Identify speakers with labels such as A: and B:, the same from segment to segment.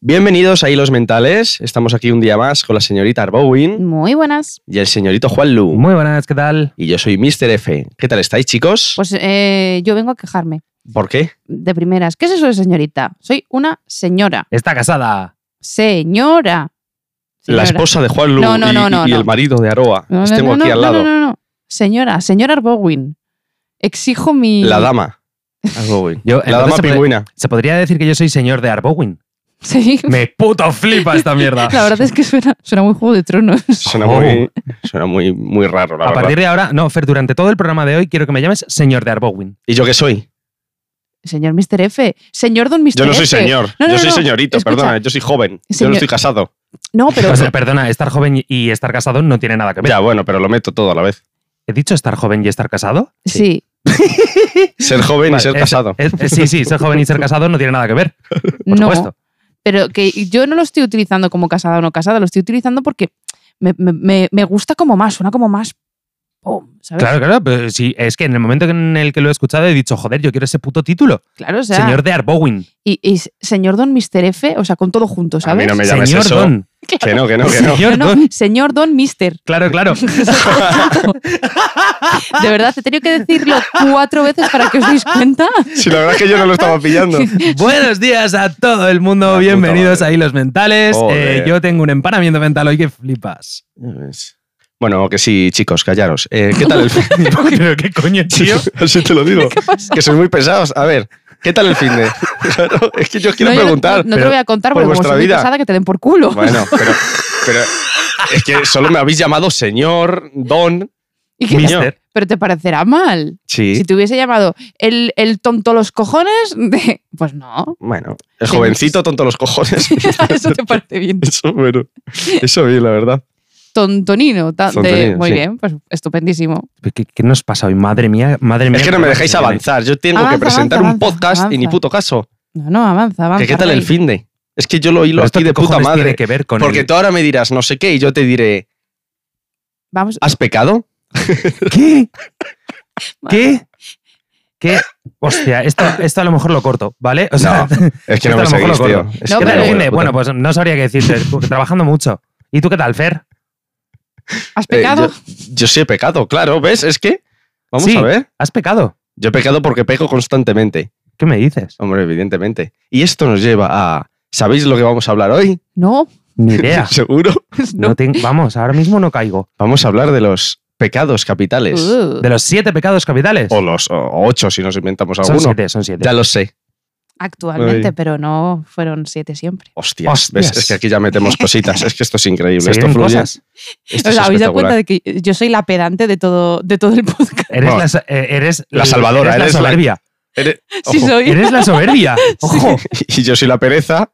A: Bienvenidos a Hilos Mentales. Estamos aquí un día más con la señorita Arbowin
B: Muy buenas.
A: y el señorito Juan Lu.
C: Muy buenas, ¿qué tal?
A: Y yo soy Mr. F. ¿Qué tal estáis, chicos?
B: Pues eh, yo vengo a quejarme
A: ¿Por qué?
B: de primeras. ¿Qué es eso de señorita? Soy una señora.
C: Está casada.
B: Señora.
A: La
B: Señora.
A: esposa de Juan Lu
B: No, no,
A: y,
B: no, no,
A: y
B: no.
A: el marido de Aroa.
B: No,
A: Los
B: no,
A: tengo
B: no,
A: aquí
B: no,
A: al lado.
B: No, no, no. Señora, señora Arbowin. Exijo mi.
A: La dama. Arbowin.
C: Yo,
A: la
C: entonces
A: dama
C: se puede-
A: pingüina.
C: Se podría decir que yo soy señor de Arbowin.
B: Sí.
C: Me puto flipa esta mierda.
B: La verdad es que suena, suena muy juego de tronos.
A: Suena, muy, suena muy, muy raro, la
C: Oh. A
A: verdad.
C: partir de ahora, no, Fer, durante todo el programa de hoy quiero que me llames señor de Arbowin.
A: ¿Y yo qué soy?
B: Señor Mr. F. Señor Don Mr.
A: Yo no soy
B: F.
A: señor.
B: Este, No, no,
A: yo
B: no,
A: soy
B: no.
A: señorito,
B: Escucha.
A: perdona. Yo soy joven. Yo
B: Señor-
A: no estoy casado.
B: No, pero.
C: O sea, perdona, estar joven y estar casado no tiene nada que ver.
A: Ya, bueno, pero lo meto todo a la vez.
C: ¿He dicho estar joven y estar casado?
B: sí.
A: Ser joven y
C: Vale,
A: ser
C: es-
A: casado.
C: es- es- eh, sí, sí, ser joven y ser casado no tiene nada que ver. Por
B: no.
C: supuesto.
B: Pero que yo no lo estoy utilizando como casada o no casada, lo estoy utilizando porque me, me- me- me gusta como más, suena como más. pum, ¿sabes?
C: Claro, claro, pero sí, es que en el momento en el que lo he escuchado he dicho, joder, yo quiero ese puto título.
B: Claro, o sea.
C: señor de Arbowin.
B: Y, y señor Don Mr. F, o sea, con todo junto,
A: A mí
B: ¿sabes?
A: no me llames
C: Señor
A: eso.
C: Don.
A: Que no, que no, que no.
C: Señor
B: No, no,
C: Don.
B: señor Don Mister.
C: Claro, claro.
B: De verdad, te he tenido que decirlo cuatro veces para que os deis cuenta.
A: Si la verdad es que yo no lo estaba pillando.
C: Buenos días a todo el mundo,
A: La
C: bienvenidos
A: puta
C: a Hilos Mentales.
A: Joder.
C: Eh, yo tengo un empanamiento mental hoy que flipas.
A: Bueno, que sí, chicos, callaros. Eh, ¿Qué tal el fin?
C: Pero qué coño, tío.
A: Así te lo digo. Que sois muy pesados. A ver, ¿qué tal el fin de? Claro, es que yo os quiero
B: no, yo no-
A: preguntar.
B: no, te
A: pero-
B: lo voy a contar
A: por
B: porque como
A: vuestra
B: soy muy
A: vida.
B: pesada, que te den por culo.
A: Bueno, pero, pero es que solo me habéis llamado señor, don.
B: Y que-
A: Miño.
C: Mister.
B: pero te parecerá mal.
A: Sí.
B: Si te hubiese llamado el, el tonto los cojones, de- pues no.
A: Bueno, el jovencito tonto los cojones.
B: Eso te parece bien.
A: Eso, bueno. Eso bien, la verdad.
B: Tontonino. ta- de-
A: Tontonino,
B: muy
A: sí.
B: bien, pues estupendísimo.
C: ¿Qué, qué nos pasa hoy? Madre mía, madre mía.
A: Es que no me dejáis
C: Viene.
A: avanzar. Yo tengo que
B: Avanza,
A: presentar
B: avanza,
A: un podcast
B: avanza.
A: y ni puto caso.
B: No, no, avanza, avanza.
A: Que ¿Qué tal
B: Rey.
A: el fin de? Es que yo lo hilo
C: Pero esto
A: aquí
C: qué
A: de puta
C: cojones
A: madre.
C: Tiene que ver con
A: Porque
C: el-
A: tú ahora me dirás no sé qué y yo te diré,
B: Vamos.
A: ¿has pecado?
C: ¿Qué? ¿Qué? ¿Qué? Hostia, esto, esto a lo mejor lo corto, ¿vale? O sea,
A: Es
C: Esto Pues a lo mejor lo
A: tío.
C: corto.
A: Es
B: No,
A: que
B: pero-
A: me
C: dime,
A: puta.
C: bueno, pues no sabría qué decirte, porque trabajando mucho. ¿Y tú qué tal, Fer?
B: ¿Has
A: Eh,
B: pecado?
A: yo, yo sí he pecado, claro, ¿ves? Es que, vamos
C: Sí.
A: a ver.
C: ¿Has pecado?
A: Yo he pecado porque peco constantemente.
C: ¿Qué me dices?
A: Hombre, evidentemente. Y esto nos lleva a... ¿Sabéis lo que vamos a hablar hoy?
B: No.
C: Ni idea.
A: Seguro.
C: No ten- Vamos, ahora mismo no caigo.
A: Vamos a hablar de los pecados capitales.
B: Uh.
C: De los siete pecados capitales.
A: O los o- o ocho, si nos inventamos
C: Son
A: alguno.
C: siete, son siete.
A: Ya lo sé.
B: Actualmente,
A: Ay.
B: pero no fueron siete siempre.
A: Hostias.
C: Hostias.
A: ¿Ves? Es que aquí ya metemos cositas. Es que esto es increíble.
C: Se
A: Esto
C: vienen
A: fluye.
C: cosas.
A: Esto
B: ¿Os
A: es
B: habéis dado
A: espectacular.
B: cuenta de que yo soy la pedante de todo, de todo el podcast?
C: Eres,
A: Bueno,
C: la, sa- eh, eres
A: la salvadora,
C: eres,
A: eres la-
C: la soberbia.
A: Eres-
B: Sí,
A: Ojo.
B: soy.
C: Eres la soberbia. Ojo,
A: Y yo soy la pereza,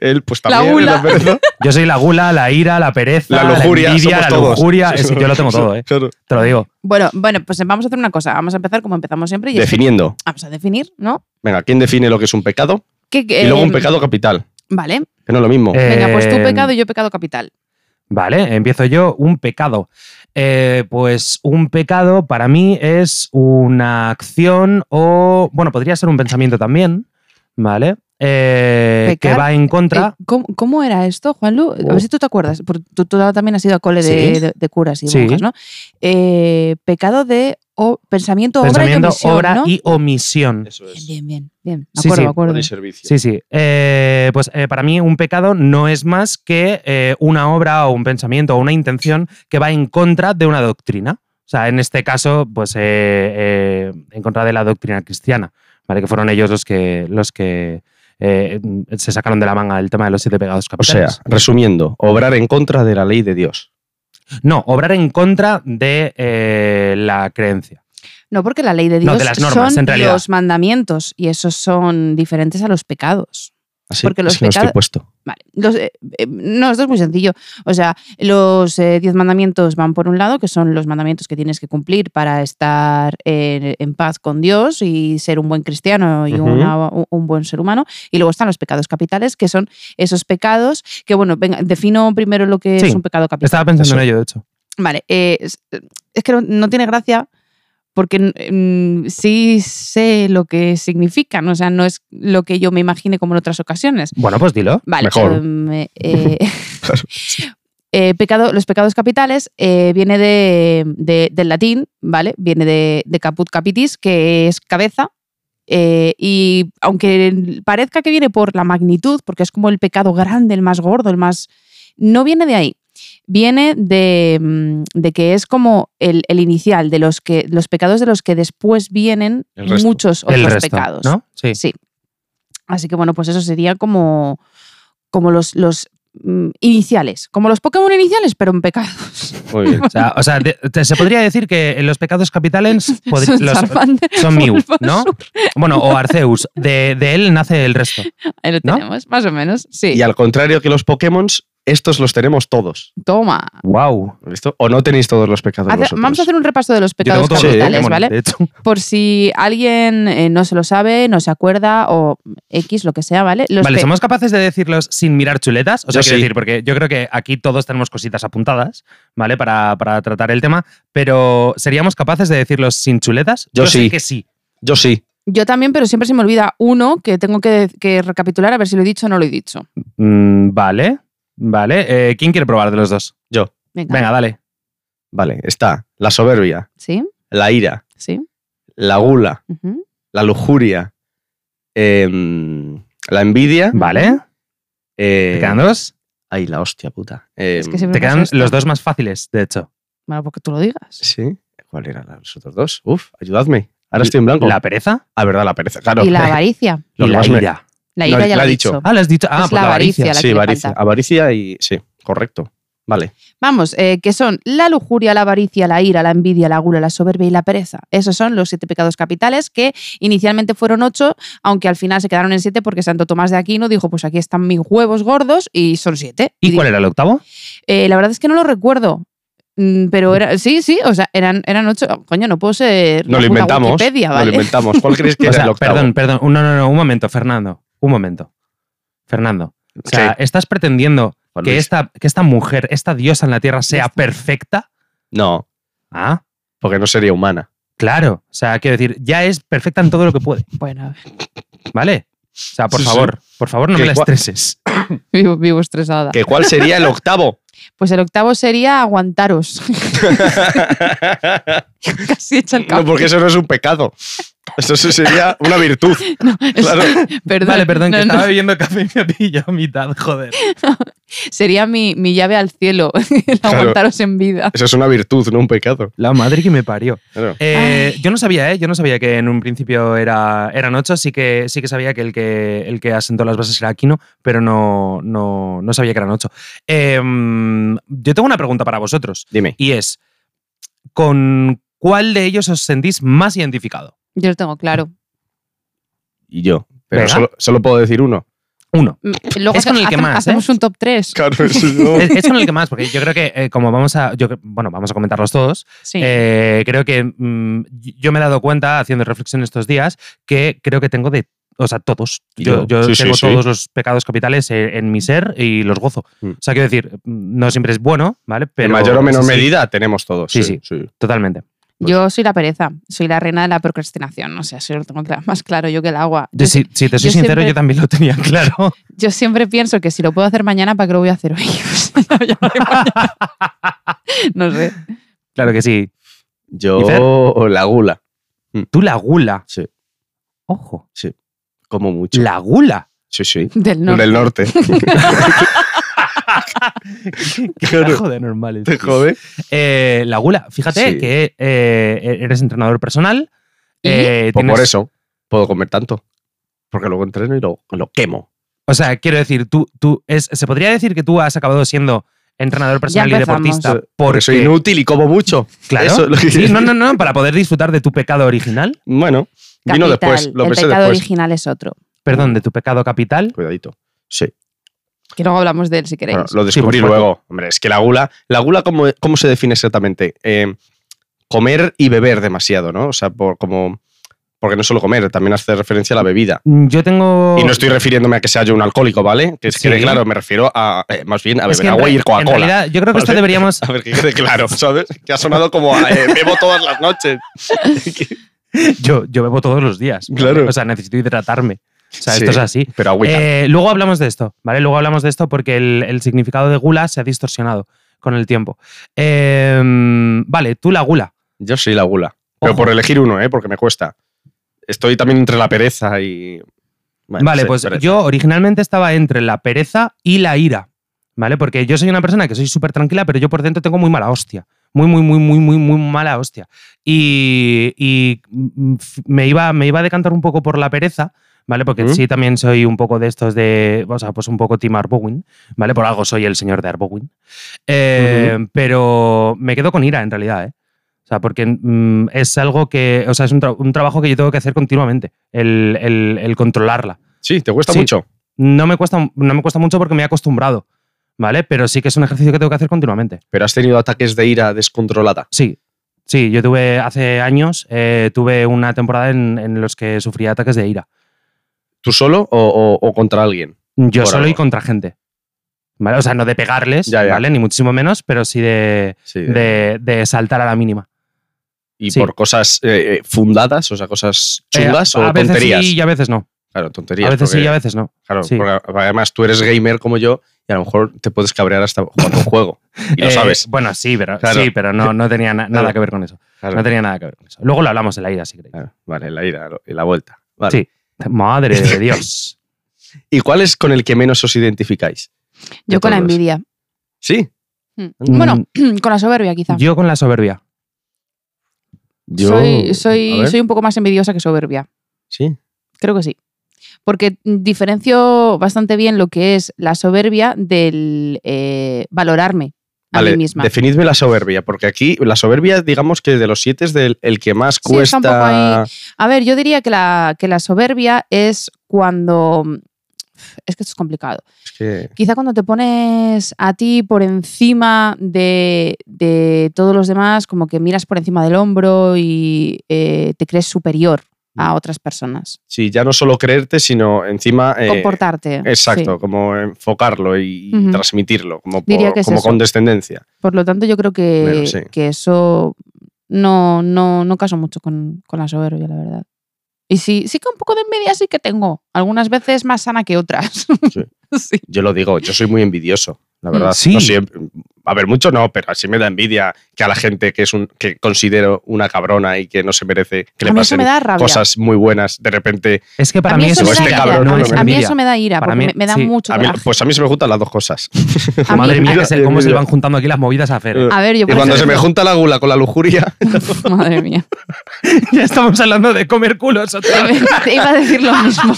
A: él pues
B: La
A: también es
B: gula.
A: la pereza.
C: yo soy la gula, la ira, la pereza,
A: La lujuria,
C: Ah, la envidia,
A: somos
C: la
A: todos.
C: lujuria. Es- yo lo tengo todo, eh.
A: Claro.
C: te lo digo.
B: Bueno, bueno, pues vamos a hacer una cosa. Vamos a empezar como empezamos siempre. Y es que
A: Definiendo.
B: vamos a definir, ¿no?
A: Venga, ¿quién define lo que es un pecado?
B: Que- que,
A: Y luego un
B: eh,
A: pecado capital,
B: Vale.
A: que no es lo mismo.
B: Venga, pues tú
C: Eh,
B: pecado y yo pecado capital.
C: Vale, empiezo yo. Un pecado. Eh, pues un pecado para mí es una acción o, bueno, podría ser un pensamiento también, ¿vale? Eh, que
B: Pecar,
C: va en contra.
B: Eh, ¿cómo, cómo era esto, Juanlu? A ver si tú te acuerdas. porque Tú, tú también has ido a cole de,
C: Sí.
B: de- de curas y de
C: Sí.
B: monjas, ¿no? Eh, pecado de o- pensamiento, obra y
C: pensamiento,
B: omisión,
C: obra
B: ¿no?
C: y omisión.
A: Eso
B: Bien, bien, bien, bien. Me
C: Sí,
B: acuerdo,
C: sí.
B: me acuerdo.
A: Obra y servicio.
C: Sí, sí. Eh, pues eh, para mí un pecado no es más que eh, una obra o un pensamiento o una intención que va en contra de una doctrina. O sea, en este caso, pues eh, eh, en contra de la doctrina cristiana, ¿vale? Que fueron ellos los que, los que eh, se sacaron de la manga el tema de los siete pecados
A: O sea,
C: capitales.
A: resumiendo, obrar en contra de la ley de Dios.
C: no, obrar en contra de eh, la creencia.
B: No, porque la ley de Dios
C: No, de las normas,
B: son
C: en realidad.
B: los mandamientos y esos son diferentes a los pecados.
A: Así
B: Porque los
A: es que no estoy
B: pecados-
A: puesto.
B: Vale. Los, eh, eh, no, esto es muy sencillo. O sea, los eh, diez mandamientos van por un lado, que son los mandamientos que tienes que cumplir para estar eh, en paz con Dios y ser un buen cristiano y
A: Ujú.
B: una- un- un buen ser humano. Y luego están los pecados capitales, que son esos pecados que, bueno, venga, defino primero lo que
C: Sí.
B: es un pecado capital.
C: Estaba pensando
A: Eso.
C: en ello, de hecho.
B: Vale, eh, es, es que no, no tiene gracia porque mm, sí sé lo que significan, o sea, no es lo que yo me imagine como en otras ocasiones.
C: Bueno, pues dilo.
B: Vale,
A: Mejor.
B: em, eh, eh, eh, pecado, los pecados capitales eh, viene de, de- del latín, ¿vale? Viene de, de caput capitis, que es cabeza. eh, y aunque parezca que viene por la magnitud, porque es como el pecado grande, el más gordo, el más. No viene de ahí. Viene de, mm, de que es como el, el inicial de los que los pecados de los que después vienen
A: El resto.
B: muchos otros
C: El resto,
B: pecados.
C: ¿no? Sí.
B: Sí. Así que bueno, pues eso sería como, como los, los mm, iniciales, como los Pokémon iniciales, pero en pecados.
A: Muy bien.
C: O sea, o sea, de- te- se podría decir que los pecados capitales podri-
B: Son
C: los-
B: Charmander,
C: son Mew, ¿no?
B: Bulbasaur.
C: Bueno, o Arceus. De, de él nace el resto.
B: Ahí lo
C: ¿No?
B: tenemos, más o menos. Sí.
A: Y al contrario que los Pokémon, estos los tenemos todos.
B: Toma.
C: Wow.
A: ¿Listo? O no tenéis todos los pecados.
B: Hace-
A: vosotros?
B: vamos a hacer un repaso de los pecados
A: todos los
B: capitales,
A: Pokémon,
B: ¿vale?
C: De hecho.
B: Por si alguien eh, no se lo sabe, no se acuerda o X, lo que sea, ¿vale? Los
C: vale,
B: pe-
C: ¿somos capaces de decirlos sin mirar chuletas? O sea,
A: Yo
C: quiero
A: sí.
C: decir, porque yo creo que aquí todos tenemos cositas apuntadas, ¿vale? Para, para tratar el tema, pero ¿seríamos capaces de decirlos sin chuletas?
A: Yo
C: sé
A: sí.
C: que sí.
A: Yo sí.
B: Yo también, pero siempre se me olvida uno que tengo que, que recapitular a ver si lo he dicho o no lo he dicho.
C: Mm, vale, vale. Eh, ¿Quién quiere probar de los dos?
B: Venga.
C: Venga, dale.
A: Vale, está la soberbia,
B: Sí,
A: la ira,
B: sí.
A: la gula,
B: ujú.
A: la lujuria, em, la envidia.
C: Vale.
A: eh,
C: ¿Te quedan dos?
A: Ay, la hostia puta.
B: Es que
A: Em,
B: siempre
C: Te
B: pasa
C: quedan
B: esto.
C: los dos más fáciles, de hecho.
B: Bueno, porque tú lo digas.
A: Sí. ¿Cuál eran los otros dos? Uf, ayudadme. Ahora estoy en blanco.
C: La pereza
A: Ah, verdad, la pereza. Claro.
B: Y la avaricia.
A: Lo
C: y
A: que
C: la
A: más me-
C: ira.
B: La
A: No,
B: ira ya
A: la
B: la
A: ha
B: he
A: dicho.
B: dicho.
C: Ah, lo has dicho. Ah,
B: Es
C: pues la,
B: la avaricia,
C: avaricia.
B: la-
A: sí,
B: que le
A: avaricia.
B: falta.
A: Avaricia y. Sí, correcto. Vale.
B: Vamos, eh, que son la lujuria, la avaricia, la ira, la envidia, la gula, la soberbia y la pereza. Esos son los siete pecados capitales que inicialmente fueron ocho, aunque al final se quedaron en siete porque Santo Tomás de Aquino dijo, pues aquí están mis huevos gordos y son siete.
C: ¿Y
B: di-
C: cuál era el octavo?
B: Eh, la verdad es que no lo recuerdo. Mm, Pero era, sí, sí, o sea, eran, eran ocho. Coño, no puedo ser.
A: No
B: la
A: lo
B: puta
A: inventamos.
B: Wikipedia,
A: no
B: ¿vale?
A: lo inventamos. ¿Cuál crees que
C: O
A: era
C: sea,
A: el octavo?
C: perdón, perdón. Un- No, no, no. Un momento, Fernando. Un momento. Fernando. O sea,
A: Sí,
C: estás pretendiendo
A: Juan
C: que
A: Luis.
C: esta, que esta mujer, esta diosa en la tierra sea perfecta.
A: No,
C: Ah,
A: porque no sería humana.
C: claro. O sea, quiero decir, ya es perfecta en todo lo que puede,
B: Bueno, a ver,
C: ¿vale? O sea, por
A: Sí, sí.
C: favor, por favor, no
A: Que
C: me la
A: cua-
C: estreses.
B: vivo, vivo estresada.
A: ¿Que ¿Cuál sería el octavo?
B: Pues el octavo sería aguantaros. Casi echa el
A: no,
B: cable.
A: porque eso no es un pecado. Eso sí sería una virtud.
B: No, es-
A: Claro.
B: Perdón,
C: Vale, perdón,
B: no,
C: que
B: no.
C: estaba bebiendo café y me pilló a mitad, joder.
B: Sería mi, mi llave al cielo, el
A: Claro.
B: aguantaros en vida.
A: Eso es una virtud, no un pecado.
C: La madre que me parió.
A: Claro.
C: Eh, yo no sabía, ¿eh? Yo no sabía que en un principio era, eran ocho, sí que, sí que sabía que el, que el que asentó las bases era Aquino, pero no, no, no sabía que eran ocho. Eh, mm, yo tengo una pregunta para vosotros,
A: Dime.
C: y es, ¿con cuál de ellos os sentís más identificado?
B: Yo lo tengo claro.
A: Y yo. Pero
C: Venga.
A: solo, solo puedo decir uno.
C: Uno.
B: Mm, Luego
C: Es con el que
B: hacemos-
C: más, ¿eh?
B: Hacemos un top 3.
A: Claro,
C: Es, es con el que más, porque yo creo que eh, como vamos a, yo, cre- bueno, vamos a comentarlos todos,
B: Sí.
C: Eh, creo que mm, yo me he dado cuenta, haciendo reflexión estos días, que creo que tengo de. O sea, todos.
A: Yo.
C: Yo, yo
A: Sí, sí,
C: tengo
A: sí.
C: todos los pecados capitales eh, en mi ser y los gozo.
A: Mm.
C: O sea, quiero decir, mm, no siempre es bueno, ¿vale? Pero.
A: en mayor o menor
C: sí, sí,
A: medida tenemos todos.
C: Sí, Totalmente.
B: yo soy la pereza, soy la reina de la procrastinación. O sea, eso lo tengo cla- más claro yo que el agua.
C: Yo,
B: Yo,
C: si, si te soy
B: yo
C: sincero,
B: siempre-
C: yo también lo tenía claro.
B: si- yo siempre pienso que si lo puedo hacer mañana, ¿para qué lo voy a hacer hoy? O sea, ya- ya lo haré mañana. no sé.
C: claro que sí. ¿Y Fer?
A: Yo la gula,
C: Tú la gula.
A: Sí.
C: Ojo.
A: como mucho.
C: La gula.
A: Sí, sí.
B: Del norte.
A: Del norte.
C: Qué
A: Claro.
C: carajo de normales.
A: Te jode.
C: Eh, la gula. Fíjate
A: Sí.
C: que eh, eres entrenador personal.
B: ¿Y?
C: eh,
A: Pues
C: tienes-
A: por eso puedo comer tanto. Porque luego entreno y lo, lo quemo.
C: O sea, quiero decir, tú, tú es, se podría decir que tú has acabado siendo entrenador personal y
B: empezamos.
C: deportista
A: Sí,
C: porque,
A: Porque soy inútil y como mucho.
C: Claro.
A: Eso es lo que-
C: Sí, no, no, no, para poder disfrutar de tu pecado original,
A: Bueno, vino
B: Capital,
A: después. Lo
B: el
A: pensé
B: pecado
A: después.
B: original es otro.
C: perdón, de tu pecado capital.
A: Cuidadito. Sí.
B: Que luego hablamos de él si queréis.
A: Bueno, lo
C: Sí, por
A: descubrí
C: supuesto.
A: luego. Hombre, es que la gula. ¿La gula cómo, cómo se define exactamente? Eh, comer y beber demasiado, ¿no? O sea, por como Porque no es solo comer, también hace referencia a la bebida.
C: Yo tengo.
A: Y no estoy refiriéndome a que sea yo un alcohólico, ¿vale? Que
C: Oh. Sí.
A: quede claro, me refiero a eh, más bien a
C: Es
A: beber
C: que en
A: agua
C: re-
A: y ir
C: En
A: Coca-Cola.
C: realidad, yo creo que esto
A: ¿Vale?
C: deberíamos.
A: A ver, que quede claro, ¿sabes? Que ha sonado como a, eh, bebo todas las noches.
C: Yo, yo bebo todos los días.
A: Claro.
C: O sea, necesito hidratarme. O sea,
A: Sí.
C: esto es así.
A: Pero agüita.
C: Eh, luego hablamos de esto, ¿vale? Luego hablamos de esto porque el, el significado de gula se ha distorsionado con el tiempo. Eh, vale, tú la gula.
A: Yo sí la gula. Pero
C: Ojo.
A: por elegir uno, ¿eh? Porque me cuesta. Estoy también entre la pereza y. Bueno,
C: vale,
A: sí,
C: pues
A: pereza.
C: yo originalmente estaba entre la pereza y la ira, ¿vale? Porque yo soy una persona que soy súper tranquila, pero yo por dentro tengo muy mala hostia. Muy, muy, muy, muy, muy, muy mala hostia. Y, y, mm, f- me, iba, me iba a decantar un poco por la pereza, ¿vale? Porque
A: ¿Mm?
C: sí también soy un poco de estos de, o sea, pues un poco Tim Arbowin, ¿vale? Por algo soy el señor de Arbowin. Eh, Pero me quedo con ira en realidad, ¿eh? O sea, porque mm, es algo que, o sea, es un, tra- un trabajo que yo tengo que hacer continuamente, el, el- el controlarla.
A: Sí, ¿te cuesta
C: Sí.
A: mucho?
C: No me, cuesta, no me cuesta mucho porque me he acostumbrado, ¿vale? Pero sí que es un ejercicio que tengo que hacer continuamente.
A: Pero has tenido ataques de ira descontrolada.
C: Sí, sí, yo tuve hace años, eh, tuve una temporada en, en los que sufría ataques de ira.
A: ¿Tú solo o, o- o contra alguien?
C: Yo
A: Por
C: solo
A: algo.
C: y contra gente. ¿Vale? O sea, no de pegarles,
A: Ya, ya.
C: ¿vale? Ni muchísimo menos, pero sí de,
A: Sí.
C: de- de saltar a la mínima.
A: y
C: sí.
A: por cosas eh, fundadas, o sea, cosas
C: Eh,
A: chungas
C: a
A: o
C: veces
A: tonterías.
C: sí y a veces no.
A: Claro, tonterías.
C: A veces sí
A: porque-
C: y a veces no.
A: Claro,
C: sí.
A: porque además tú eres gamer como yo y a lo mejor te puedes cabrear hasta jugando un juego. Y lo
C: Eh,
A: sabes.
C: Bueno, sí, pero,
A: Claro.
C: sí, pero no, no tenía na- nada
A: Claro.
C: que ver con eso.
A: Claro,
C: No tenía nada que ver con eso. Luego lo hablamos en la ida, si queréis.
A: claro. Vale, la ira lo- y la vuelta. Vale.
C: Sí. Madre de Dios.
A: ¿Y cuál es con el que menos os identificáis?
B: Yo con la
A: todos.
B: envidia.
A: Sí.
B: Mm.
A: Mm.
B: Bueno, con la soberbia quizá.
C: Yo con la soberbia.
B: soy,
A: a
B: soy,
A: ver,
B: soy un poco más envidiosa que soberbia.
A: Sí.
B: Creo que sí. Porque diferencio bastante bien lo que es la soberbia del eh, valorarme a
A: Vale,
B: mí misma.
A: definidme la soberbia, porque aquí la soberbia, digamos que de los siete es del, el que más
B: Sí, está
A: cuesta.
B: un poco A ver, yo diría que la, que la soberbia es cuando... Es que esto es complicado.
A: Es que-
B: Quizá cuando te pones a ti por encima de, de todos los demás, como que miras por encima del hombro y eh, te crees superior
A: Mm.
B: a otras personas.
A: sí, ya no solo creerte, sino encima. eh,
B: Comportarte.
A: Exacto,
B: sí.
A: como enfocarlo y
B: Ujú.
A: transmitirlo, como,
B: Diría
A: por-
B: que es
A: como
B: eso.
A: condescendencia.
B: Por lo tanto, yo creo que,
A: Bueno, sí.
B: que eso no, no, no caso mucho con, con la soberbia, la verdad. Y sí, sí que un poco de envidia sí que tengo. Algunas veces más sana que otras.
A: Sí.
B: Sí.
A: Yo lo digo, yo soy muy envidioso, la
B: Mm.
A: verdad.
C: Sí.
A: No siempre- a ver, mucho no, pero así me da envidia que a la gente que es un que considero una cabrona y que no se merece que
B: a
A: le
B: mí eso
A: pasen
B: me da rabia.
A: cosas muy buenas, de repente
C: Es que para
B: a mí,
C: mí,
B: eso,
A: es-
B: me da
A: este
B: ira.
A: cabrón
B: a,
A: no
B: mí,
A: me
B: a mí
C: envidia.
B: eso me da ira,
C: Para
B: porque
C: mí,
B: me, me da
C: sí.
B: mucho
A: A mí-
B: coraje.
A: pues a mí se me juntan las dos cosas.
B: A mí- eh,
C: Madre mía,
B: a-
C: que se- cómo se
A: Envidia.
C: van juntando aquí las movidas a Fer.
A: Eh,
B: A ver, yo
A: Y
B: por
A: cuando se me
B: ejemplo-
A: junta la gula con la lujuria,
B: Madre mía.
C: ya estamos hablando de comer culos otra vez.
B: Te iba a decir lo mismo.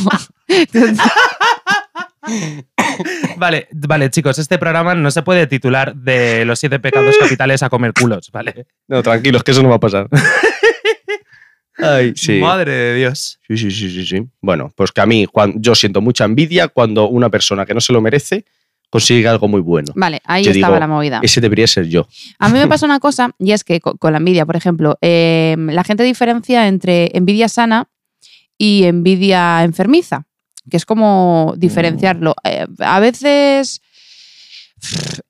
C: Vale, vale, chicos, este programa no se puede titular de los siete pecados capitales a comer culos, ¿vale?
A: no, tranquilos, que eso no va a pasar. Ay, sí.
C: Madre de Dios.
A: Sí, sí, sí, sí, sí. Bueno, pues que a mí cuan- yo siento mucha envidia cuando una persona que no se lo merece consigue algo muy bueno.
B: Vale, ahí
A: Yo
B: estaba
A: digo,
B: la movida.
A: Ese debería ser yo.
B: A mí me pasa una cosa, y es que co- con, la envidia, por ejemplo, em, la gente diferencia entre envidia sana y envidia enfermiza, que es como diferenciarlo. Eh, a veces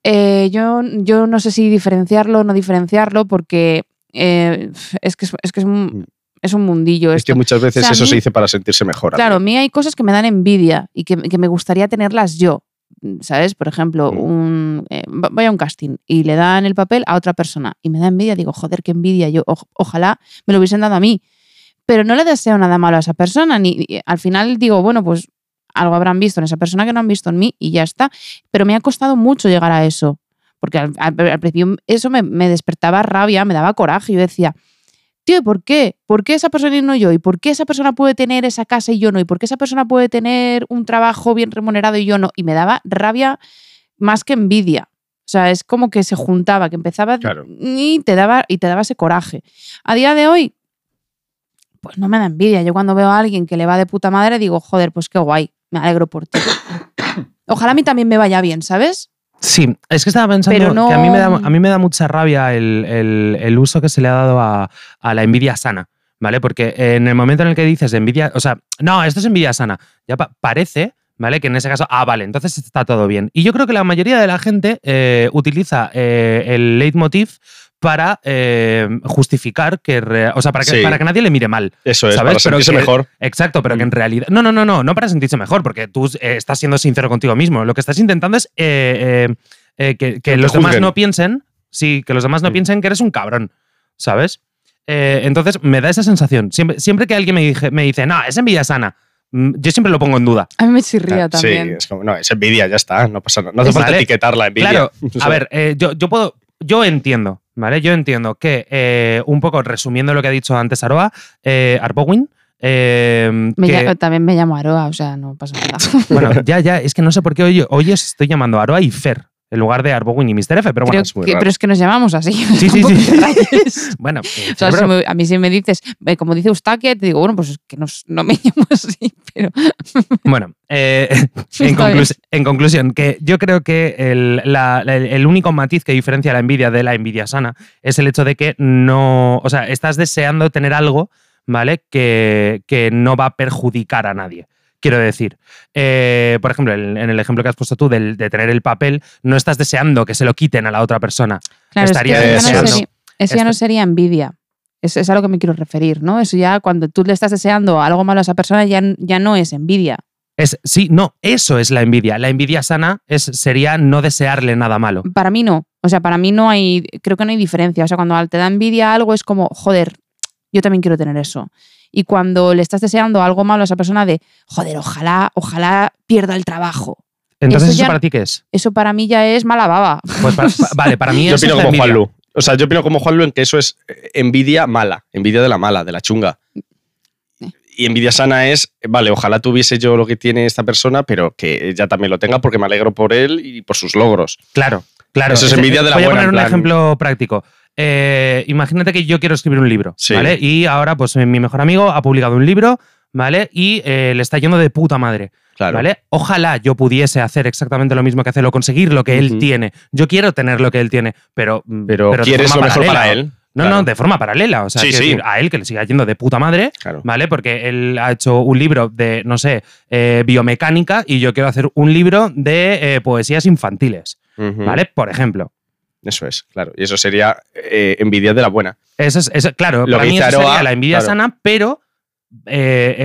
B: eh, yo, yo no sé si diferenciarlo o no diferenciarlo, porque eh, es que es, es que es un, es un mundillo
A: Es que
B: esto.
A: muchas veces
B: O sea, a
A: eso
B: mí-
A: se dice para sentirse mejor.
B: Claro, a mí hay cosas que me dan envidia y que, que me gustaría tenerlas yo. ¿Sabes? Por ejemplo,
A: Mm.
B: un, eh, va- voy a un casting y le dan el papel a otra persona y me da envidia. Digo, joder, qué envidia. Yo, oj- ojalá me lo hubiesen dado a mí. Pero no le deseo nada malo a esa persona. Ni, ni- al final digo, bueno, pues algo habrán visto en esa persona que no han visto en mí y ya está. Pero me ha costado mucho llegar a eso. Porque al, al- al principio eso me, me despertaba rabia, me daba coraje. Yo decía, tío, ¿y por qué? ¿Por qué esa persona y no yo? ¿Y por qué esa persona puede tener esa casa y yo no? ¿Y por qué esa persona puede tener un trabajo bien remunerado y yo no? Y me daba rabia más que envidia. O sea, es como que se juntaba, que empezaba
A: Claro.
B: y, te daba, y te daba ese coraje. A día de hoy, pues no me da envidia. Yo cuando veo a alguien que le va de puta madre digo, joder, pues qué guay, me alegro por ti. Ojalá a mí también me vaya bien, ¿sabes?
C: Sí, es que estaba pensando
B: Pero no-
C: que a mí me da, a mí me da mucha rabia el, el- el uso que se le ha dado a, a la envidia sana. ¿vale? Porque eh, en el momento en el que dices envidia, o sea, no, esto es envidia sana, ya pa- parece, ¿vale? Que en ese caso, ah, vale, entonces está todo bien. Y yo creo que la mayoría de la gente eh, utiliza eh, el leitmotiv para eh, justificar que, re- o sea, para que,
A: Sí.
C: para que nadie le mire mal.
A: Eso es,
C: ¿Sabes?
A: para
C: Pero
A: sentirse
C: que-
A: mejor.
C: Exacto, pero que en realidad. No, no, no, no, no para sentirse mejor, porque tú eh, estás siendo sincero contigo mismo. Lo que estás intentando es eh, eh, eh, que, que
A: te
C: los demás
A: juzguen.
C: no piensen. Sí, que los demás no
A: Mm.
C: piensen que eres un cabrón, ¿sabes? Eh, entonces me da esa sensación. Siempre, siempre que alguien me, dije- me dice, no, es envidia sana, mm, yo siempre lo pongo en duda.
B: A mí me chirría
A: Ah, Sí,
B: también.
A: es como, no, es envidia, ya está, no pasa nada. No hace
C: Vale.
A: falta etiquetar la envidia.
C: Claro,
A: O sea,
C: a ver, eh, yo, yo puedo. Yo entiendo, ¿vale? Yo entiendo que, eh, un poco resumiendo lo que ha dicho antes Aroa, eh, Arbowin. eh,
B: Me
C: que-
B: lla- también me llamo Aroa, o sea, no pasa nada.
C: Bueno, ya, ya, es que no sé por qué hoy, hoy os estoy llamando Aroa y Fer en lugar de Arbowin y Mr. F, pero
B: Creo
C: bueno.
A: es muy
B: que-
A: raro.
B: pero es que nos llamamos así.
C: Sí, sí,
B: Tampoco
C: sí.
B: te rayes.
C: Bueno, eh,
B: O sea,
C: cerebro,
B: si me- a mí si me dices, eh, como dice Eustaquia, te digo, bueno, pues es que no, s- no me llamo así, pero
C: bueno, eh, en,
B: Está bien.
C: conclus- en conclusión, que yo creo que el, la- la- el único matiz que diferencia la envidia de la envidia sana es el hecho de que no, o sea, estás deseando tener algo, ¿vale? Que, que no va a perjudicar a nadie. Quiero decir, eh, por ejemplo, en, en el ejemplo que has puesto tú del- de tener el papel, no estás deseando que se lo quiten a la otra persona.
B: claro, es que
C: Estaría
B: eso, ya no
A: deseando.
B: sería, eso ya no
C: Esto-
B: sería envidia. Es, es a lo que me quiero referir, ¿no? Eso ya cuando tú le estás deseando algo malo a esa persona ya, n- ya no es envidia.
C: Es, sí, no, eso es la envidia. La envidia sana es, sería no desearle nada malo.
B: Para mí no. O sea, para mí no hay, creo que no hay diferencia. O sea, cuando te da envidia algo es como, joder, yo también quiero tener eso. Y cuando le estás deseando algo malo a esa persona de, joder, ojalá, ojalá pierda el trabajo.
C: Entonces,
B: Eso
C: ¿eso
B: ya-
C: para ti qué es?
B: Eso para mí ya es mala baba.
C: Pues para- pa- vale, para mí
A: yo
C: eso es
A: opino
C: la
A: como
C: envidia.
A: Juanlu. O sea, yo opino como Juanlu en que eso es eh, envidia mala, envidia de la mala, de la chunga. Y envidia sana es, vale, ojalá tuviese yo lo que tiene esta persona, pero que ella también lo tenga porque me alegro por él y por sus logros.
C: Claro, claro. Este,
A: Eso es envidia de la
C: Voy
A: buena,
C: a
A: en
C: poner un
A: plan-
C: ejemplo práctico. Eh, imagínate que yo quiero escribir un libro,
A: Sí.
C: ¿vale? Y ahora, pues mi mejor amigo ha publicado un libro, ¿vale? Y eh, le está yendo de puta madre,
A: Claro.
C: ¿vale? Ojalá yo pudiese hacer exactamente lo mismo que hace, o conseguir lo que él
A: Ujú.
C: tiene. Yo quiero tener lo que él tiene, pero.
A: Pero,
C: de
A: quieres lo
C: forma
A: mejor para
C: paralela.
A: él.
C: No,
A: Claro.
C: no, de forma paralela. O sea,
A: Sí,
C: quiero
A: sí.
C: decir, a él que le siga yendo de puta madre,
A: Claro.
C: ¿vale? Porque él ha hecho un libro de, no sé, eh, biomecánica y yo quiero hacer un libro de eh, poesías infantiles,
A: Ujú.
C: ¿vale? Por ejemplo.
A: Eso es, claro. Y eso sería eh, envidia de la buena.
C: Eso es, eso- claro,
A: Lo
C: para
A: que
C: mí
A: dice
C: eso
A: Aroa,
C: sería la envidia
A: claro.
C: sana, pero eh,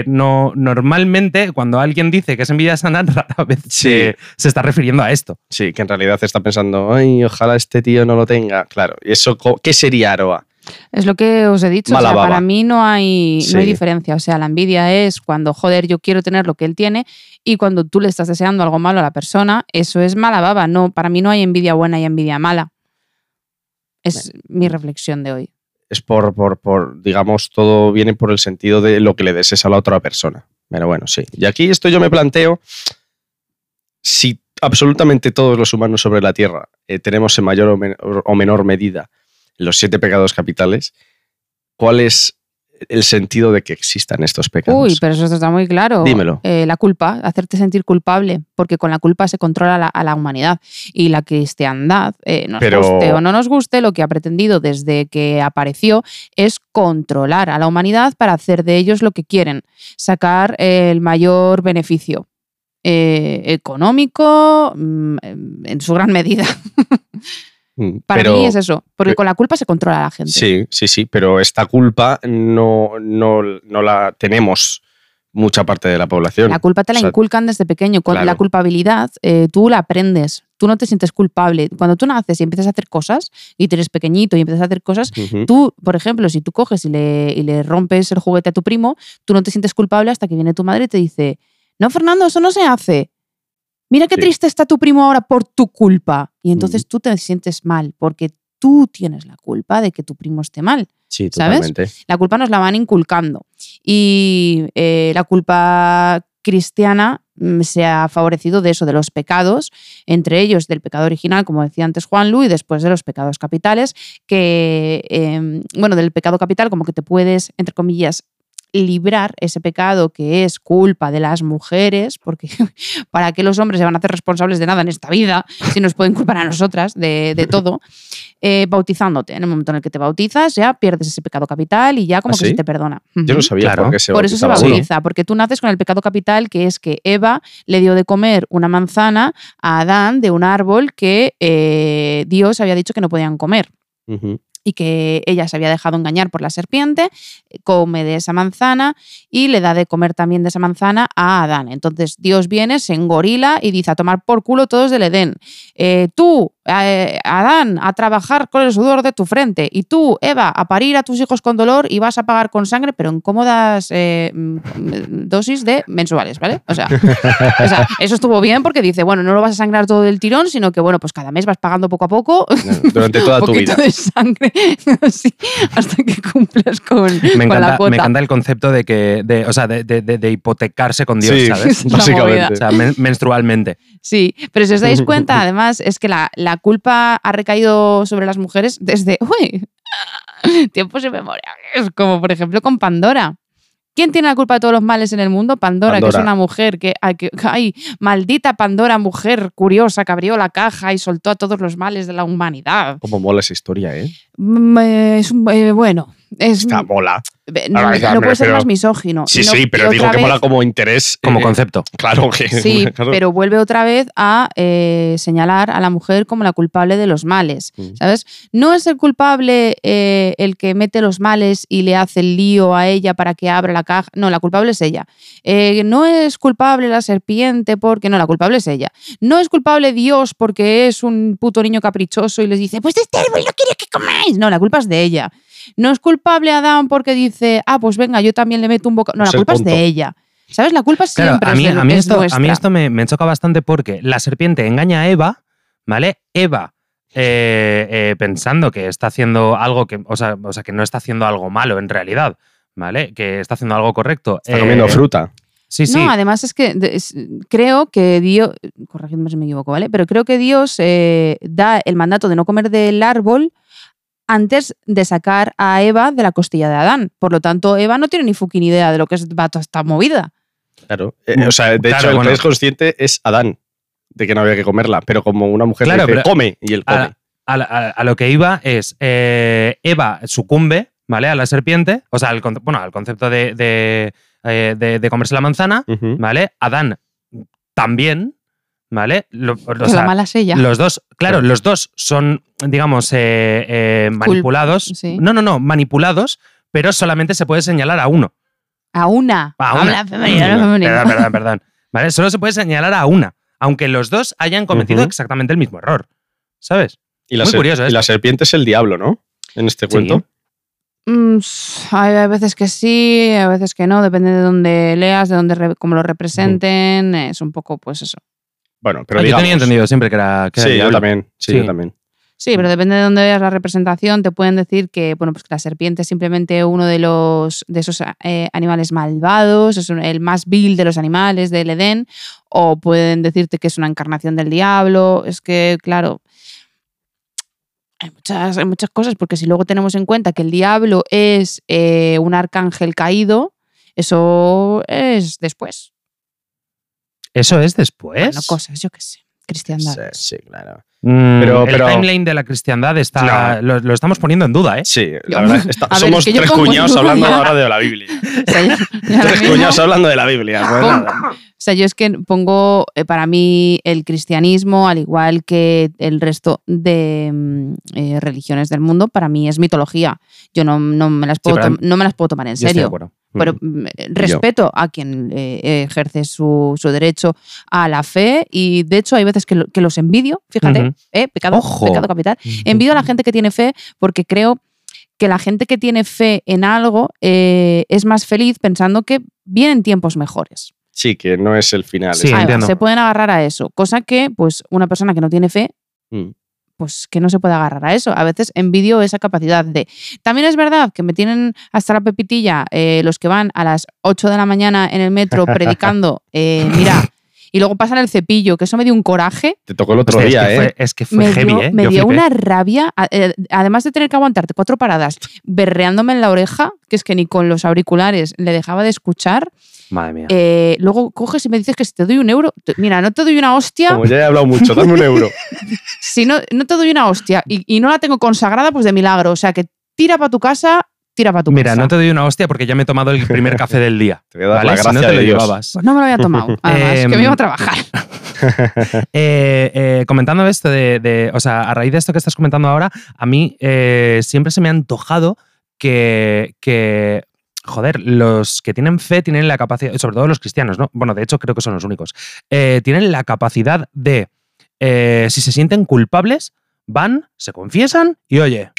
C: eh, no, normalmente cuando alguien dice que es envidia sana, rara vez se, se está refiriendo a esto.
A: Sí, que en realidad está pensando, ay, ojalá este tío no lo tenga. Claro. ¿Y eso co- qué sería Aroa?
B: Es lo que os he dicho. o
A: Mala
B: sea,
A: baba.
B: para mí no hay, no hay
A: Sí.
B: diferencia. O sea, la envidia es cuando, joder, yo quiero tener lo que él tiene y cuando tú le estás deseando algo malo a la persona, eso es mala baba. No, para mí no hay envidia buena y envidia mala. Es mi reflexión de hoy.
A: es por, por, por, digamos, todo viene por el sentido de lo que le desees a la otra persona. Pero bueno, sí. Y aquí esto yo me planteo si absolutamente todos los humanos sobre la Tierra eh, tenemos en mayor o, men- o menor medida los siete pecados capitales, ¿cuál es el sentido de que existan estos pecados?
B: Uy, pero eso está muy claro.
A: Dímelo.
B: Eh, la culpa, hacerte sentir culpable, porque con la culpa se controla la- a la humanidad. Y la cristiandad, eh, nos
A: Pero-
B: guste o no nos guste, lo que ha pretendido desde que apareció es controlar a la humanidad para hacer de ellos lo que quieren, sacar eh, el mayor beneficio. eh, económico mm, en su gran medida.
A: Mm,
B: Para
A: pero-
B: mí es eso, porque
A: pero-
B: con la culpa se controla a la gente.
A: Sí, sí, sí, pero esta culpa no, no, no la tenemos mucha parte de la población.
B: La culpa te la
A: O sea,
B: inculcan desde pequeño. Con La
A: claro.
B: culpabilidad eh, tú la aprendes. Tú no te sientes culpable. Cuando tú naces y empiezas a hacer cosas, y tú eres pequeñito y empiezas a hacer cosas,
A: Ujú.
B: tú, por ejemplo, si tú coges y le, y le rompes el juguete a tu primo, tú no te sientes culpable hasta que viene tu madre y te dice, no, Fernando, eso no se hace. Mira qué
A: Sí.
B: triste está tu primo ahora por tu culpa. Y entonces tú te sientes mal porque tú tienes la culpa de que tu primo esté mal.
A: sí,
B: ¿sabes?
A: totalmente.
B: La culpa nos la van inculcando. Y eh, la culpa cristiana mm, se ha favorecido de eso, de los pecados, entre ellos del pecado original, como decía antes Juan Lu, y después de los pecados em, capitales, que, eh, bueno, del pecado capital como que te puedes, entre comillas, librar ese pecado que es culpa de las mujeres, porque para qué los hombres se van a hacer responsables de nada en esta vida si nos pueden culpar a nosotras de, de todo, eh, bautizándote. En el momento en el que te bautizas ya pierdes ese pecado capital y ya como
A: ¿Ah,
B: que
A: sí?
B: se te perdona.
A: Yo
B: Ujú.
A: no sabía
C: Claro.
A: por qué se
B: Por eso se
A: bautizaba uno.
B: bautiza, porque tú naces con el pecado capital, que es que Eva le dio de comer una manzana a Adán de un árbol que eh, Dios había dicho que no podían comer
A: Ujú.
B: y que ella se había dejado engañar por la serpiente, eh, come de esa manzana y le da de comer también de esa manzana a Adán. Entonces Dios viene, se engorila y dice a tomar por culo todos del Edén. Eh, tú, eh, Adán, a trabajar con el sudor de tu frente. Y tú, Eva, a parir a tus hijos con dolor y vas a pagar con sangre, pero en cómodas eh, mm, dosis de mensuales, ¿vale? O sea, o sea, eso estuvo bien porque dice, bueno, no lo vas a sangrar todo del tirón, sino que, bueno, pues cada mes vas pagando poco a poco
A: No, Durante toda
B: un
A: tu
B: poquito
A: vida.
B: de sangre así, hasta que cumplas con,
C: Me
B: con la
C: encanta,
B: cuota.
C: me encanta el concepto de que, de, o sea, de, de- de- de hipotecarse con Dios,
A: Sí,
C: ¿sabes?
B: Es la
A: básicamente.
B: movida.
C: O sea, men- menstrualmente.
B: Sí, pero si os dais cuenta, además, es que la, la culpa ha recaído sobre las mujeres desde uy, tiempos inmemoriales, como por ejemplo con Pandora. ¿Quién tiene la culpa de todos los males en el mundo? Pandora, que
A: Pandora.
B: es una mujer que, a que- ¡Ay! Maldita Pandora, mujer curiosa que abrió la caja y soltó a todos los males de la humanidad.
A: Cómo mola esa historia, ¿eh?
B: Mm, eh, es un- eh, bueno, es,
A: Está mola.
B: Ve- No,
A: Ahora, ya,
B: no
A: me
B: puede ser
A: refiero-
B: más misógino.
A: Sí,
B: Y no-
A: sí,
B: y
A: pero digo
B: otra
A: que mola
B: vez-
A: como interés.
C: Como
A: eh,
C: concepto.
A: Claro que.
B: Sí,
A: claro.
B: pero vuelve otra vez a eh, señalar a la mujer como la culpable de los males,
A: Mm.
B: ¿sabes? No es el culpable eh, el que mete los males y le hace el lío a ella para que abra la caja. No, la culpable es ella. Eh, no es culpable la serpiente porque... No, la culpable es ella. No es culpable Dios porque es un puto niño caprichoso y les dice, pues de este árbol no quiero que comáis. No, la culpa es de ella. No es culpable Adán porque dice, ah, pues venga, yo también le meto un bocado. No,
A: Es
B: la
A: el
B: culpa es
A: punto.
B: de ella. ¿Sabes? La culpa
C: Claro,
B: siempre
C: a mí,
B: es, de-
C: a mí
B: es
C: esto, a mí
B: nuestra.
C: esto me, me choca bastante porque la serpiente engaña a Eva, ¿vale? Eva, eh, eh, pensando que está haciendo algo que, o sea, o sea, que no está haciendo algo malo en realidad, ¿vale? Que está haciendo algo correcto.
A: Está
C: Eh,
A: comiendo fruta.
C: Sí, sí.
B: No, además es que de- es- creo que Dios, corregidme si me equivoco, ¿vale? Pero creo que Dios eh, da el mandato de no comer del árbol antes de sacar a Eva de la costilla de Adán. Por lo tanto, Eva no tiene ni fucking idea de lo que es va toda esta movida.
A: Claro. Eh, o sea, de
C: Claro,
A: hecho, el
C: bueno.
A: que es consciente es Adán, de que no había que comerla. Pero como una mujer le
C: Claro,
A: dice,
C: pero-
A: come, y él come.
C: a, a- a- a lo que iba es eh, Eva sucumbe, ¿vale? A la serpiente, o sea, al, conce- bueno, al concepto de, de, eh, de- de comerse la manzana,
A: Ujú.
C: ¿vale? Adán también, ¿vale? Lo- o
B: Pero
C: sea,
B: la mala es ella.
C: los dos, claro,
A: Claro.
C: los dos son, digamos, eh, eh, manipulados.
B: sí.
C: No, no, no, manipulados, pero solamente se puede señalar a uno.
B: A una.
C: A una.
B: Habla femenino, habla femenino.
C: Perdón, perdón, perdón. ¿Vale? Solo se puede señalar a una, aunque los dos hayan cometido
A: Ujú.
C: exactamente el mismo error. ¿Sabes?
A: Y la,
C: Muy
A: ser-
C: curioso
A: y
C: ¿eh? esto.
A: la serpiente es el diablo, ¿no? En este cuento.
B: Mm, s- Hay hay veces que sí, a veces que no, depende de dónde leas, de dónde re- cómo lo representen. Es un poco, pues eso.
A: Bueno, pero
C: Ah, yo
A: digamos.
C: tenía entendido siempre que era. que era
A: Sí,
C: el
A: yo
C: diablo.
A: también. Sí,
C: Sí.
A: yo también.
B: Sí, pero depende de dónde veas la representación, te pueden decir que, bueno, pues que la serpiente es simplemente uno de los de esos eh, animales malvados, es un- el más vil de los animales del Edén, o pueden decirte que es una encarnación del diablo. Es que, claro, hay muchas, hay muchas cosas, porque si luego tenemos en cuenta que el diablo es eh, un arcángel caído, eso es después.
C: Eso es después.
B: Bueno, cosas, yo qué sé. Cristiandad.
A: Sí, sí, claro.
C: Mm,
A: Pero-
C: el
A: pero-
C: timeline de la cristiandad está.
A: Claro.
C: Lo, lo estamos poniendo en duda, ¿eh?
A: Sí,
B: Yo-
A: la verdad. está-
B: A ver,
A: somos
B: es que yo
A: tres
B: pongo en
A: cuñados
B: duda
A: hablando
B: ya.
A: ahora de la Biblia.
B: O sea, yo- yo ahora
A: Tres
B: mismo-
A: cuñados hablando de la Biblia. no es
B: Pon-
A: nada.
B: O sea, yo es que pongo eh, para mí el cristianismo, al igual que el resto de mm, eh, religiones del mundo, para mí es mitología. Yo no, no me, las puedo
C: pero
B: tom- no me las puedo tomar en
C: Yo estoy de
B: serio.
C: acuerdo.
B: Pero mm, respeto a quien eh, ejerce su, su derecho a la fe y de hecho hay veces que, lo- que los envidio, fíjate,
C: Ujú.
B: eh, pecado,
C: Ojo.
B: pecado capital. Envidio a la gente que tiene fe porque creo que la gente que tiene fe en algo eh, es más feliz pensando que vienen tiempos mejores.
A: Sí, que no es el final.
C: Sí,
A: es-
B: Ahí va,
C: entiendo.
B: se pueden agarrar a eso, cosa que pues una persona que no tiene fe,
A: Mm.
B: pues que no se puede agarrar a eso. A veces envidio esa capacidad de... También es verdad que me tienen hasta la pepitilla eh, los que van a las 8 de la mañana en el metro predicando, eh, mira, Y luego pasan el cepillo, que eso me dio un coraje.
A: Te tocó el otro
C: Hostia,
A: día,
C: es que
A: ¿eh?
C: fue, es que fue
B: me
C: heavy,
B: dio,
C: ¿eh?
B: me
C: Yo
B: dio
C: flipé.
B: una rabia, a- eh, además de tener que aguantarte cuatro paradas berreándome en la oreja, que es que ni con los auriculares le dejaba de escuchar.
C: Madre mía.
B: Eh, luego coges y me dices que si te doy un euro, te- mira, no te doy una hostia,
A: Como ya he hablado mucho, dame un euro.
B: si no, no te doy una hostia y, y no la tengo consagrada, pues de milagro. O sea que tira para tu casa, tira para tu
C: Mira,
B: casa.
C: no te doy una hostia porque ya me he tomado el primer café del día.
A: Te voy a dar
C: ¿vale?
A: la
C: Si
A: gracia
C: no te
A: de
C: lo
A: Dios.
C: llevabas.
B: Pues no me lo había tomado, además, que me
C: Em,
B: iba a trabajar.
C: Eh, eh, comentando esto de, de- O sea, a raíz de esto que estás comentando ahora, a mí eh, siempre se me ha antojado que. que Joder, los que tienen fe tienen la capacidad, sobre todo los cristianos, ¿no? Bueno, de hecho creo que son los únicos. eh, tienen la capacidad de, eh, si se sienten culpables, van, se confiesan y oye,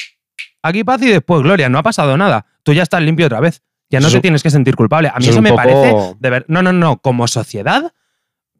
C: aquí paz y después gloria, no ha pasado nada, tú ya estás limpio otra vez, ya
A: Eso
C: no
A: es
C: te
A: un-
C: tienes que sentir culpable. A mí
A: Eso es
C: eso
A: un
C: me
A: poco-
C: parece de ver- no, no, no. Como sociedad,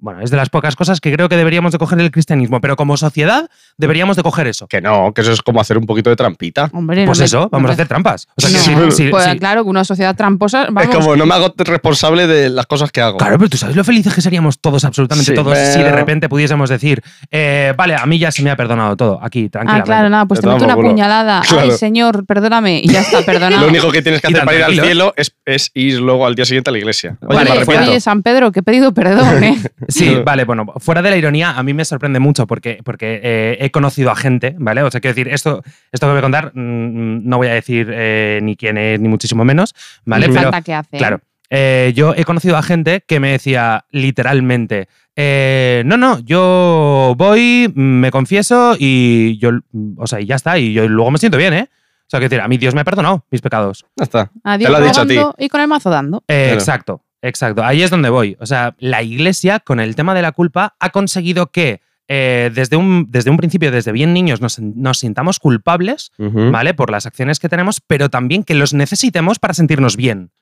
C: bueno, es de las pocas cosas que creo que deberíamos de coger el cristianismo, pero como sociedad deberíamos de coger eso.
A: Que no, que eso es como hacer un poquito de trampita.
B: Hombre, no
C: Pues
B: me-
C: eso,
B: no
C: vamos
B: me-
C: a hacer trampas. O sea, que
B: No,
C: sí, sí,
B: pues
C: sí.
B: claro, que una sociedad tramposa, vamos, Ah,
A: Es como, no me hago responsable de las cosas que hago.
C: Claro, pero tú sabes lo felices que seríamos todos, absolutamente
A: Sí,
C: todos, si de
A: pero-
C: repente pudiésemos decir, eh, vale, a mí ya se me ha perdonado todo, aquí,
B: Ah,
C: tranquilamente.
B: claro, nada, pues
A: Te
B: te meto
A: damos
B: una
A: culo.
B: puñalada.
A: Claro.
B: Ay, señor, perdóname. Y ya está, perdonado.
A: Lo único que tienes que
C: Y
A: hacer
C: tan
A: para ir al
C: tranquilos.
A: cielo es, es ir luego al día siguiente a la iglesia. Oye,
C: Vale,
A: me
B: oye,
A: arrepiento.
B: oye, San Pedro, que he pedido perdón, ¿eh?
C: Sí,
A: Yo-
C: vale, bueno, fuera de la ironía, a mí me sorprende mucho porque, porque eh, he conocido a gente, ¿vale? O sea, quiero decir, esto, esto que voy a contar, mm, no voy a decir eh, ni quién es, ni muchísimo menos, ¿vale?
B: Me
C: Pero-
B: encanta que hace.
C: Claro. Eh, yo he conocido a gente que me decía literalmente, eh, no, no, yo voy, me confieso y yo, o sea, y ya está, y yo luego me siento bien, ¿eh? O sea, que decir, a mí Dios me ha perdonado mis pecados.
A: Ya está.
B: Adiós,
A: Te lo ha dicho a ti.
B: rogando Y con el mazo dando.
C: Eh,
A: Claro.
C: Exacto, exacto. Ahí es donde voy. O sea, la iglesia con el tema de la culpa ha conseguido que eh, desde, un, desde un principio, desde bien niños, nos, nos sintamos culpables,
A: Ujú.
C: ¿vale? Por las acciones que tenemos, pero también que los necesitemos para sentirnos bien.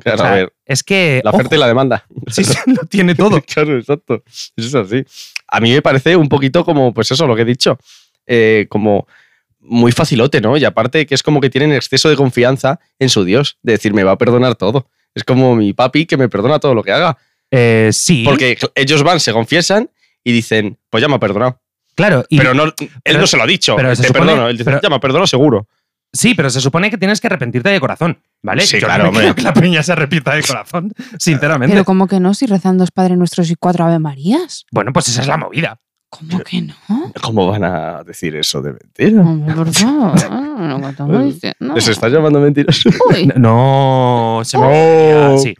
A: Claro,
C: O sea,
A: a ver,
C: Es que...
A: la
C: ojo,
A: oferta y la demanda.
C: sí, sí, lo tiene todo.
A: Eh, Claro, exacto. Eso es así. A mí me parece un poquito como, pues eso, lo que he dicho. Eh, como muy facilote, ¿no? Y aparte que es como que tienen exceso de confianza en su Dios. De decir, me va a perdonar todo. Es como mi papi que me perdona todo lo que haga.
C: Eh, sí,
A: Porque ellos van, se confiesan y dicen, pues ya me ha perdonado.
C: claro. y-
A: pero no, él
C: pero-
A: no se lo ha dicho.
C: pero se
A: te
C: supone-
A: perdono. Él dice,
C: pero-
A: ya me ha perdonado seguro.
C: sí, pero se supone que tienes que arrepentirte de corazón, ¿vale?
A: Sí,
C: Yo
A: claro,
C: no me
A: hombre.
C: creo que la peña se arrepienta de corazón, sinceramente.
B: Pero como que no, si rezan dos Padres Nuestros y cuatro Ave Marías.
C: bueno, pues esa es la movida.
B: ¿Cómo que no?
A: ¿Cómo van a decir eso de mentira?
B: Hombre, por favor. Ah, Lo que estamos diciendo.
A: ¿Les estás llamando mentiroso?
B: Uy,
C: No, se me
A: Oh.
C: Ah, sí.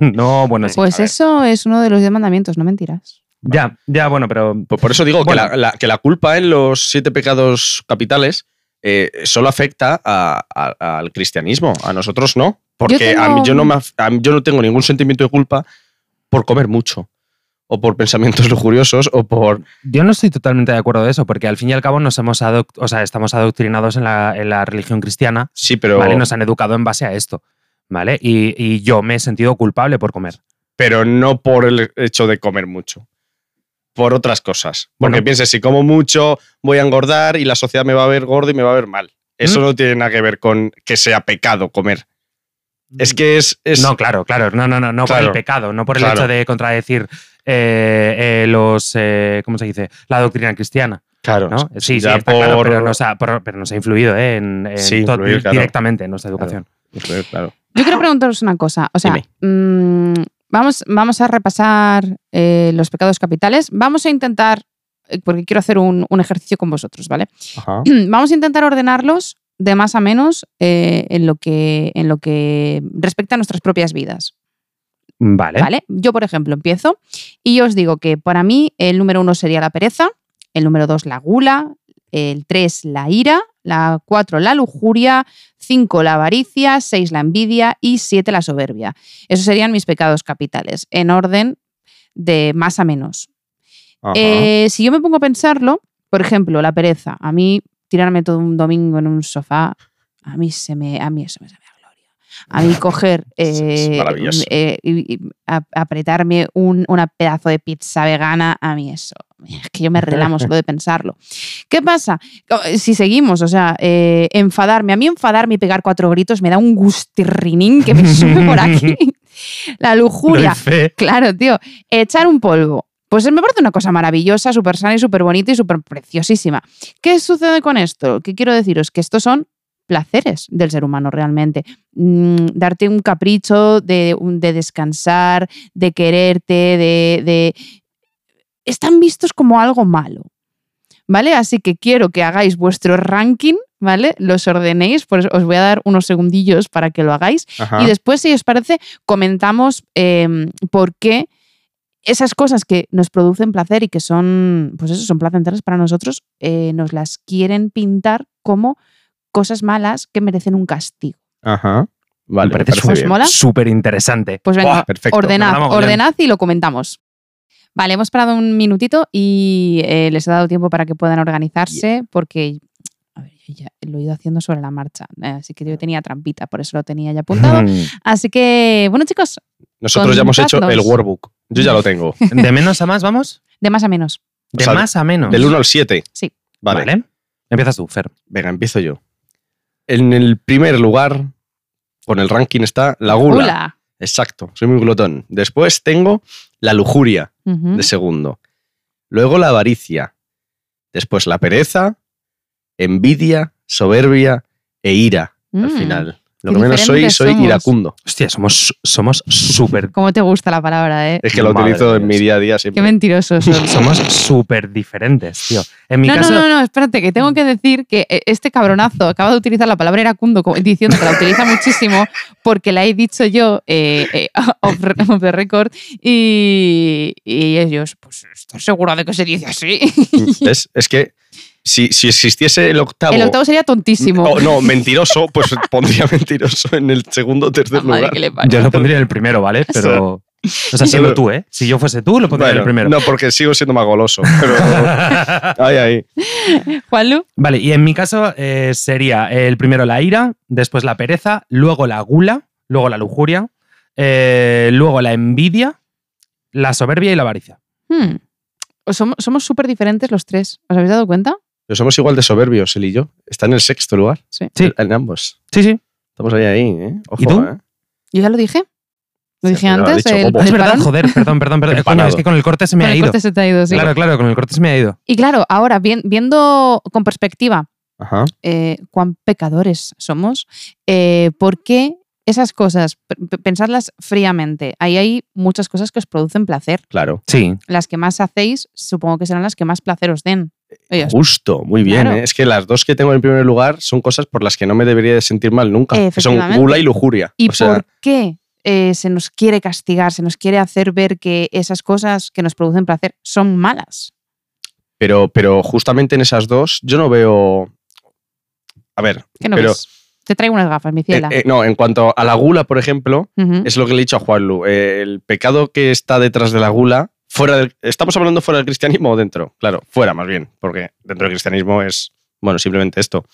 C: no, bueno, sí.
B: Pues
A: a ver.
B: eso es uno de los diez mandamientos, no mentiras.
C: Ya, ya, bueno, pero.
A: Pues por eso digo
C: Bueno.
A: que, la, la- que la culpa en los siete pecados capitales eh, solo afecta a- a- al cristianismo, a nosotros no. Porque
B: tengo
A: a mí- yo, no
B: un-
A: me af- a mí- yo no tengo ningún sentimiento de culpa por comer mucho, o por pensamientos lujuriosos, o por...
C: Yo no estoy totalmente de acuerdo de eso, porque al fin y al cabo nos hemos adoc- o sea, estamos adoctrinados en la, en la religión cristiana,
A: Sí, pero,
C: ¿vale? Nos han educado en base a esto, ¿vale? Y, y yo me he sentido culpable por comer.
A: pero no por el hecho de comer mucho. Por otras cosas. Porque
C: Bueno.
A: pienses, si como mucho, voy a engordar y la sociedad me va a ver gordo y me va a ver mal. Eso
C: ¿Mm?
A: no tiene nada que ver con que sea pecado comer. Es que es... es-
C: Mm. No, claro, claro. No, no, no, no por el
A: Claro.
C: pecado, no por el
A: Claro.
C: hecho de contradecir eh, eh, los. eh, ¿Cómo se dice? La doctrina cristiana.
A: claro,
C: ¿no? Sí, sí,
A: Pues, ya
C: está claro,
A: por-
C: pero nos ha, por- pero nos ha influido eh, en, en
A: Sí,
C: todo-
A: influir, claro.
C: directamente en nuestra educación.
A: Joder, claro.
B: Yo quiero preguntaros una cosa. O sea,
A: Ah. Dime.
B: mm, vamos, vamos a repasar eh, los pecados capitales. Vamos a intentar, eh, porque quiero hacer un, un ejercicio con vosotros, ¿vale?
A: Ajá.
B: Vamos a intentar ordenarlos de más a menos eh, en, lo que, en lo que respecta a nuestras propias vidas,
C: Vale.
B: ¿vale? Yo, por ejemplo, empiezo y yo os digo que para mí el número uno sería la pereza, el número dos la gula, el tres la ira, la cuatro la lujuria, cinco la avaricia, seis la envidia y siete la soberbia. Esos serían mis pecados capitales, en orden de más a menos.
A: Ajá.
B: Eh, si yo me pongo a pensarlo, por ejemplo, la pereza. A mí, tirarme todo un domingo en un sofá, a mí se me, a mí eso me sabe a gloria. A mí coger,
A: Es
B: eh,
A: maravilloso.
B: eh, y- y a- apretarme un una pedazo de pizza vegana, a mí eso. Es que yo me relamo solo de pensarlo. ¿Qué pasa? Co- Si seguimos, o sea, eh, enfadarme. A mí enfadarme y pegar cuatro gritos me da un gustirrinín que me sube por aquí. La
C: Doy
B: lujuria.
C: fe.
B: Claro, tío. Echar un polvo. Pues me parece una cosa maravillosa, súper sana y súper bonita y súper preciosísima. ¿Qué sucede con esto? ¿Qué quiero deciros? Que estos son placeres del ser humano realmente. Mm, darte un capricho de, un- de descansar, de quererte, de, de... Están vistos como algo malo. ¿Vale? Así que quiero que hagáis vuestro ranking, ¿vale? Los ordenéis, pues os voy a dar unos segundillos para que lo hagáis.
A: Ajá.
B: Y después, si os parece, comentamos em, por qué esas cosas que nos producen placer y que son, pues eso, son placenteras para nosotros, eh, nos las quieren pintar como cosas malas que merecen un castigo.
A: Ajá. Vale,
C: Me parece
B: ¿Os
A: bien.
B: mola?
C: Súper interesante.
B: Pues venga,
A: Perfecto.
C: nos
B: Ordenad,
C: damos bien.
B: ordenad y lo comentamos. Vale, hemos parado un minutito y eh, les he dado tiempo para que puedan organizarse porque a ver, yo ya lo he ido haciendo sobre la marcha. eh, así que yo tenía trampita, por eso lo tenía ya apuntado.
C: Mm.
B: Así que, bueno, chicos,
A: Nosotros ya hemos hecho el
B: Contadnos.
A: workbook. Yo ya lo tengo.
C: ¿De menos a más vamos?
B: de más a menos.
A: O
C: De
A: sea,
C: más a menos.
A: Del 1 al 7.
B: Sí.
A: Vale.
C: Empiezas tú, Fer.
A: Venga, empiezo yo. En el primer lugar, con el ranking está la gula.
B: Hola.
A: Exacto, soy muy glotón. Después tengo la lujuria
B: Ujú.
C: Mm.
A: de segundo. Luego la avaricia. Después la pereza, envidia, soberbia e ira al
B: Mm.
A: final. Lo
B: Qué
A: que menos soy,
B: diferentes
A: soy
B: somos.
A: iracundo.
C: Hostia, somos somos súper
B: ¿Cómo te gusta la palabra, eh?
A: Es que lo
C: Madre
A: utilizo
C: mía,
A: en mi
C: sí.
A: día a día siempre.
B: Qué mentirosos son.
C: somos súper diferentes, tío. En mi
B: No, no,
C: caso,
B: no, no, espérate, que tengo que decir que eh, este cabronazo acaba de utilizar la palabra iracundo como- diciendo que la utiliza muchísimo porque la he dicho yo eh, eh, off, re- off the record y, y ellos, pues estoy segura de que se dice así.
A: ¿Ves? Es que si, si existiese el octavo.
B: El octavo sería tontísimo.
A: Ah, Oh, no, mentiroso, pues pondría mentiroso en el segundo o tercer
B: La madre
A: lugar.
B: que le parió.
C: yo lo pondría en el primero, ¿vale? Pero. O sea, siendo tú, ¿eh? Si yo fuese tú, lo pondría en el
A: Bueno,
C: primero.
A: No, porque sigo siendo más goloso. Pero, ay, ay.
B: Juanlu,
C: Vale, y en mi caso eh, sería eh, el primero la ira, después la pereza, luego la gula, luego la lujuria, eh, luego la envidia, la soberbia y la avaricia.
B: hmm, os somo- somos súper diferentes los tres. ¿Os habéis dado cuenta?
A: Pero somos igual de soberbios, él y yo. Está en el sexto lugar.
B: Sí.
C: Sí.
A: En ambos.
C: Sí, sí.
A: Estamos ahí, ahí, ¿eh? Ojo,
C: ¿Y tú?
A: ¿eh?
B: Yo ya lo dije. Lo
A: Sí,
B: dije
A: pero lo ha
B: antes.
A: dicho
B: el-
A: Bobo.
B: el
C: Ah, es verdad,
B: parón.
C: joder, perdón, perdón, perdón. Eh, coño,
A: Empanado.
C: es que con el corte se me
B: Con
C: ha
B: el
C: ido.
B: corte se te ha ido, sí.
C: Claro, claro, con el corte se me ha ido.
B: Y claro, ahora, bien, viendo con perspectiva
A: Ajá.
B: eh, cuán pecadores somos, eh, ¿por qué esas cosas, p- p- pensadlas fríamente, ahí hay muchas cosas que os producen placer.
A: Claro.
C: Sí.
B: Las que más hacéis, supongo que serán las que más placer os den.
A: Eh,
B: Oye,
A: Justo, muy bien.
B: Claro.
A: ¿eh? Es que las dos que tengo en primer lugar son cosas por las que no me debería de sentir mal nunca. que Son
B: Efectivamente.
A: gula y lujuria.
B: ¿Y
A: o sea,
B: por qué eh, se nos quiere castigar, se nos quiere hacer ver que esas cosas que nos producen placer son malas?
A: pero, pero justamente en esas dos yo no veo... A ver,
B: ¿Qué no
A: Pero-
B: ves? Te traigo unas gafas, mi
A: eh,
B: ciela.
A: eh, no, en cuanto a la gula, por ejemplo,
B: Ujú.
A: es lo que le he dicho a Juanlu. eh, el pecado que está detrás de la gula, fuera del- ¿estamos hablando fuera del cristianismo o dentro? Claro, fuera más bien, porque dentro del cristianismo es, bueno, simplemente esto.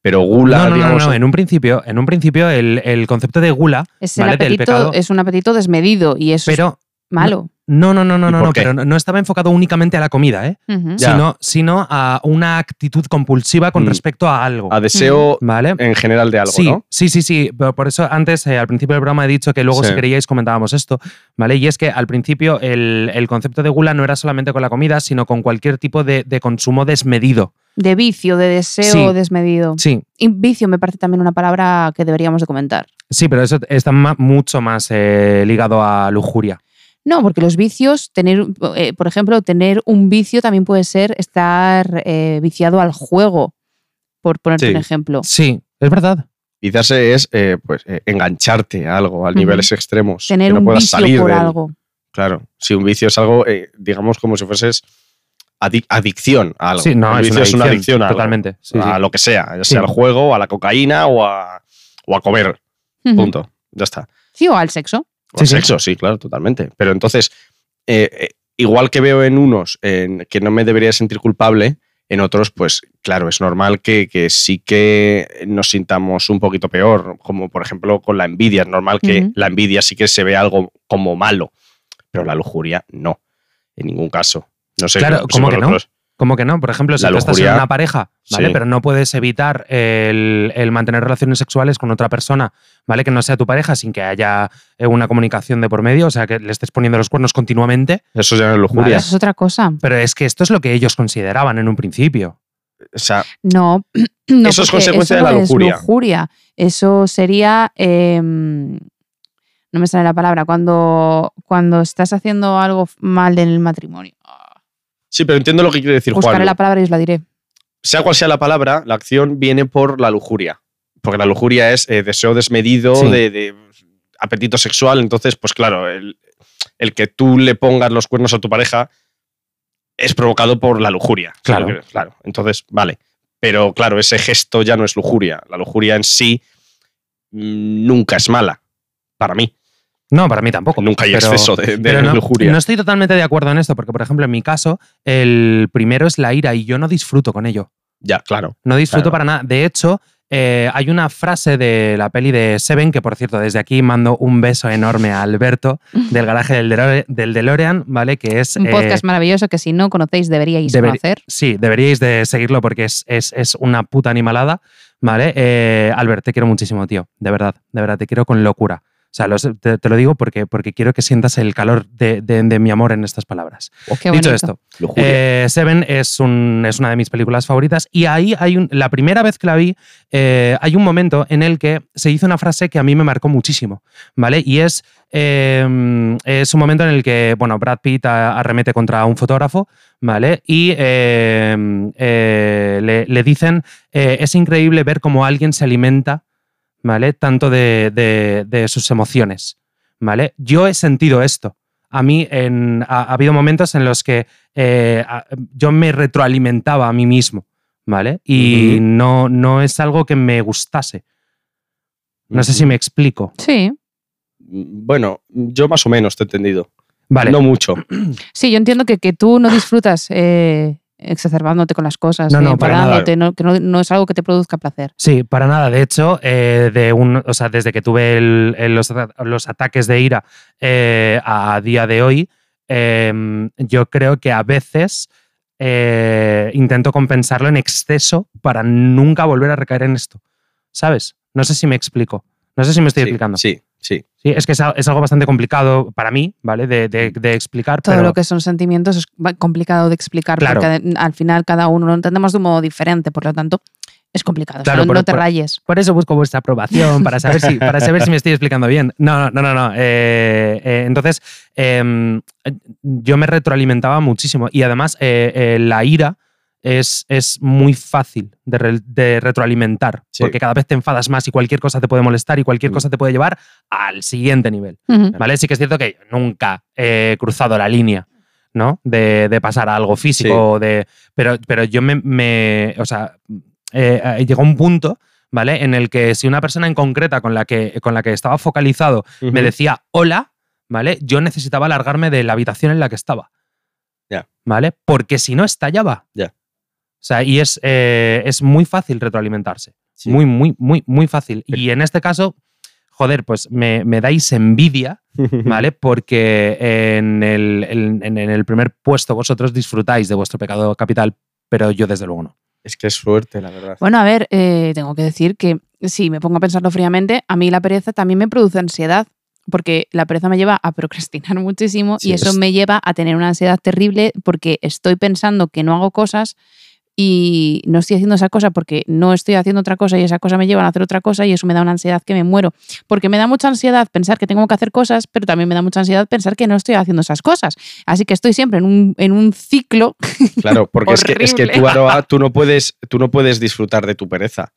A: Pero gula,
C: No, no, no,
A: digamos...
C: no, En un principio, en un principio el, el concepto de gula,
B: Es, el
C: Vale, del
B: apetito,
C: pecado.
B: es un apetito desmedido y eso es
C: pero
B: malo.
C: no, no, no, no,
A: ¿Y
C: no,
A: por
C: no,
A: qué?
C: pero no, no estaba enfocado únicamente a la comida, ¿eh?
B: Ujú.
A: Ya.
C: Sino, sino a una actitud compulsiva con
A: Mm.
C: respecto a algo.
A: a deseo
C: ¿Vale?
A: en general de algo,
C: sí,
A: ¿no?
C: sí, sí, sí. Por por eso antes, eh, al principio del programa, he dicho que luego,
A: Sí.
C: si queríais, comentábamos esto, ¿vale? Y es que al principio el, el concepto de gula no era solamente con la comida, sino con cualquier tipo de, de consumo desmedido.
B: De vicio, de deseo
C: Sí.
B: desmedido.
C: Sí,
B: Y vicio me parece también una palabra que deberíamos de comentar.
C: sí, pero eso está ma- mucho más eh, ligado a lujuria.
B: No, porque los vicios, tener, eh, por ejemplo, tener un vicio también puede ser estar eh, viciado al juego, por ponerte
A: Sí.
B: un ejemplo.
C: Sí, es verdad.
A: Quizás es eh, pues, eh, engancharte a algo, a
B: Ujú.
A: niveles extremos.
B: Tener
A: que no
B: un
A: puedas
B: vicio
A: salir
B: por
A: del-
B: algo.
A: Claro, si un vicio es algo, eh, digamos, como si fueses adic- adicción a algo.
C: Sí, no,
A: Un
C: es
A: vicio
C: una adicción.
A: es una adicción a, algo,
C: totalmente. Sí, sí.
A: a lo que sea, ya
C: Sí.
A: sea al juego, a la cocaína o a, o a comer.
B: Ujú.
A: Punto. Ya está.
B: Sí, o al sexo.
A: O
C: Sí,
A: al
C: sí.
A: sexo, sí, claro, totalmente. Pero entonces, eh, eh, igual que veo en unos en que no me debería sentir culpable, en otros, pues claro, es normal que, que sí que nos sintamos un poquito peor, como por ejemplo con la envidia. Es normal que
B: Ujú.
A: la envidia sí que se vea algo como malo, pero la lujuria no, en ningún caso. No sé,
C: Claro,
A: no sé
C: ¿cómo que no?
A: vosotros.
C: ¿Cómo que no? Por ejemplo, si
A: La
C: tú estás en
A: lujuria,
C: una pareja, ¿vale?
A: sí.
C: Pero no puedes evitar el, el mantener relaciones sexuales con otra persona, ¿vale? Que no sea tu pareja sin que haya eh, una comunicación de por medio, o sea, que le estés poniendo los cuernos continuamente.
A: Eso ya no es lujuria.
B: Eso es otra cosa.
C: Pero es que esto es lo que ellos consideraban en un principio.
A: O sea,
B: No, no,
A: Eso es
B: porque
A: consecuencia
B: eso
A: de la
B: no es
A: lujuria.
B: lujuria. Eso sería. em, no me sale la palabra. Cuando, cuando estás haciendo algo mal en el matrimonio.
A: sí, pero entiendo lo que quiere decir
B: Buscaré
A: Juan.
B: la palabra y os la diré.
A: Sea cual sea la palabra, la acción viene por la lujuria. Porque la lujuria es eh, deseo desmedido
C: Sí.
A: de, de apetito sexual. Entonces, pues claro, el, el que tú le pongas los cuernos a tu pareja es provocado por la lujuria.
C: Claro.
A: Claro, que- claro. Entonces, vale. Pero claro, ese gesto ya no es lujuria. La lujuria en sí mm, nunca es mala. Para mí.
C: No, para mí tampoco.
A: Nunca hay
C: Pero-
A: exceso de, de
C: pero no,
A: lujuria.
C: no estoy totalmente de acuerdo en esto, porque, por ejemplo, en mi caso, el primero es la ira y yo no disfruto con ello.
A: ya, claro.
C: No disfruto
A: Claro.
C: para nada. De hecho, eh, hay una frase de la peli de Seven, que por cierto, desde aquí mando un beso enorme a Alberto del garaje del, Delore- del DeLorean, ¿vale? Que es.
B: Un
C: eh,
B: podcast maravilloso que si no conocéis deberíais
C: deber-
B: conocer.
C: Sí, deberíais de seguirlo porque es, es- es una puta animalada, ¿vale? Eh, Albert, te quiero muchísimo, tío. De verdad, de verdad, te quiero con locura. O sea, los- te, te lo digo porque, porque quiero que sientas el calor de, de- de mi amor en estas palabras.
B: Qué
C: Oh, Dicho
B: bonito.
C: esto,
A: Lujuria.
C: eh, Seven es, un- es una de mis películas favoritas y ahí hay un- la primera vez que la vi, eh, hay un momento en el que se hizo una frase que a mí me marcó muchísimo, ¿vale? Y es, eh, es un momento en el que, bueno, Brad Pitt a- arremete contra un fotógrafo, ¿vale? Y eh, eh, le, le dicen, eh, es increíble ver cómo alguien se alimenta, ¿vale? Tanto de, de- de sus emociones, ¿vale? Yo he sentido esto. A mí en- ha- ha habido momentos en los que eh, a- yo me retroalimentaba a mí mismo, ¿vale? Y
A: Ujú.
C: no, no es algo que me gustase. No sé si me explico.
B: Sí,
A: Mm, Bueno, yo más o menos te he entendido.
C: Vale.
A: No mucho.
B: sí, yo entiendo que, que tú no disfrutas eh, exacerbándote con las cosas,
C: No,
B: eh,
C: no, para nada.
B: enfadándote, no- que no, no es algo que te produzca placer.
C: Sí, para nada. De hecho, eh, de un, o sea, desde que tuve el- el- los, ata- los ataques de ira eh, a día de hoy, em, yo creo que a veces eh, intento compensarlo en exceso para nunca volver a recaer en esto. ¿Sabes? No sé si me explico. No sé si me estoy
A: Sí,
C: explicando.
A: Sí, sí.
C: Sí, es que es, al- es algo bastante complicado para mí, ¿vale? De, de- de explicar,
B: Todo
C: pero
B: lo que son sentimientos es va- complicado de explicar
C: Claro.
B: porque ade- al final cada uno lo entendemos de un modo diferente, por lo tanto es complicado.
C: Claro,
B: no,
C: por-
B: no te
C: por-
B: rayes.
C: por eso busco vuestra aprobación, para saber si, para saber si me estoy explicando bien. No, no, no, no. no. Eh, eh, entonces, em, yo me retroalimentaba muchísimo y además eh, eh, la ira es, es muy fácil de, re- de retroalimentar,
A: Sí.
C: porque cada vez te enfadas más y cualquier cosa te puede molestar y cualquier cosa te puede llevar al siguiente nivel.
B: Ujú.
C: ¿Vale? Sí que es cierto que yo nunca he cruzado la línea, ¿no? De, de pasar a algo
A: Sí.
C: físico, de. Pero, pero yo me, me- O sea, eh, eh, llegó un punto, ¿vale? En el que si una persona en concreta con la que, con la que estaba focalizado me
A: Ujú.
C: decía hola, ¿vale? Yo necesitaba largarme de la habitación en la que estaba.
A: Ya.
C: ¿Vale? Porque si no, estallaba.
A: Ya.
C: O sea, y es, eh, es muy fácil retroalimentarse.
A: Sí.
C: Muy, muy, muy, muy fácil.
A: Pero-
C: Y en este caso, joder, pues me, me dais envidia, ¿vale? Porque en el, en- en- en el primer puesto vosotros disfrutáis de vuestro pecado capital, pero yo desde luego no.
A: Es que es suerte, la verdad.
B: Bueno, a ver, eh, tengo que decir que si me pongo a pensarlo fríamente, a mí la pereza también me produce ansiedad, porque la pereza me lleva a procrastinar muchísimo
A: Sí,
B: y eso
A: es-
B: me lleva a tener una ansiedad terrible porque estoy pensando que no hago cosas y no estoy haciendo esa cosa porque no estoy haciendo otra cosa y esa cosa me lleva a hacer otra cosa y eso me da una ansiedad que me muero. Porque me da mucha ansiedad pensar que tengo que hacer cosas, pero también me da mucha ansiedad pensar que no estoy haciendo esas cosas. Así que estoy siempre en un, en un ciclo.
A: Claro, porque es que, es que
B: Horrible.
A: tú, Aroa, tú no, puedes, tú no puedes disfrutar de tu pereza.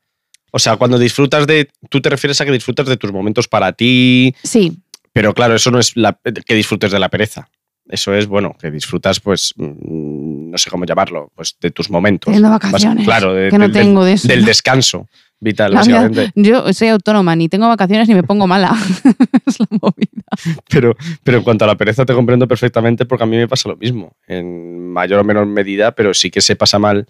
A: O sea, cuando disfrutas de. Tú te refieres a que disfrutas de tus momentos para ti,
B: Sí,
A: pero claro, eso no es la- que disfrutes de la pereza. Eso es, bueno, que disfrutas, pues, mm, no sé cómo llamarlo, pues de tus momentos.
B: Teniendo
A: Más-
B: vacaciones,
A: Claro, de-
B: que no
A: del- del-
B: tengo de eso.
A: del descanso vital,
B: La vida-
A: básicamente.
B: Yo soy autónoma, ni tengo vacaciones ni me pongo mala. es la movida.
A: Pero, pero en cuanto a la pereza te comprendo perfectamente porque a mí me pasa lo mismo, en mayor o menor medida, pero sí que se pasa mal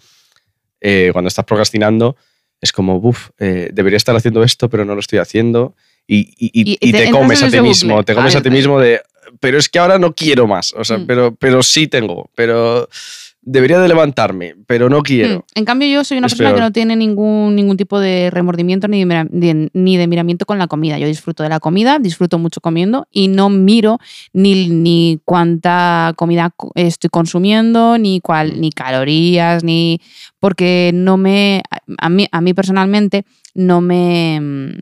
A: eh, cuando estás procrastinando. Es como, uff, debería estar haciendo esto, pero no lo estoy haciendo. Y, y- y-
B: Y- y
A: y
B: te
A: te,
B: entras
A: comes
B: en
A: a
B: ese
A: ti mismo,
B: bucle.
A: te comes
B: Ahí
A: a ti
B: está.
A: mismo de, pero es que ahora no quiero más, o sea,
B: Mm.
A: pero, pero sí tengo, pero debería de levantarme, pero no quiero.
B: Mm. En cambio, yo soy una
A: Es
B: persona que
A: peor.
B: no tiene ningún, ningún tipo de remordimiento ni de, mira- de- ni de miramiento con la comida. Yo disfruto de la comida, disfruto mucho comiendo y no miro ni, ni cuánta comida co- estoy consumiendo, ni
A: Mm.
B: cuál, ni calorías, ni. Porque no me. A a mí, a mí personalmente no me. mm,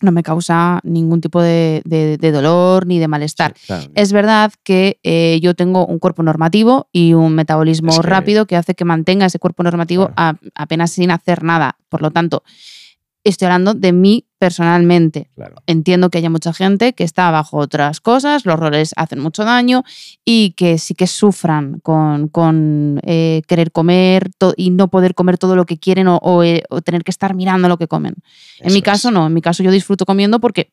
B: No me causa ningún tipo de- de- de dolor ni de malestar.
A: Claro.
B: Es verdad que eh, yo tengo un cuerpo normativo y un metabolismo
A: Es que-
B: rápido que hace que mantenga ese cuerpo normativo a- apenas sin hacer nada. Por lo tanto, estoy hablando de mí personalmente.
A: Claro.
B: Entiendo que haya mucha gente que está bajo otras cosas, los roles hacen mucho daño y que sí que sufran con, con, eh, querer comer to- y no poder comer todo lo que quieren o, o, eh, o tener que estar mirando lo que comen. En
A: Eso
B: mi caso
A: es.
B: no, en mi caso yo disfruto comiendo porque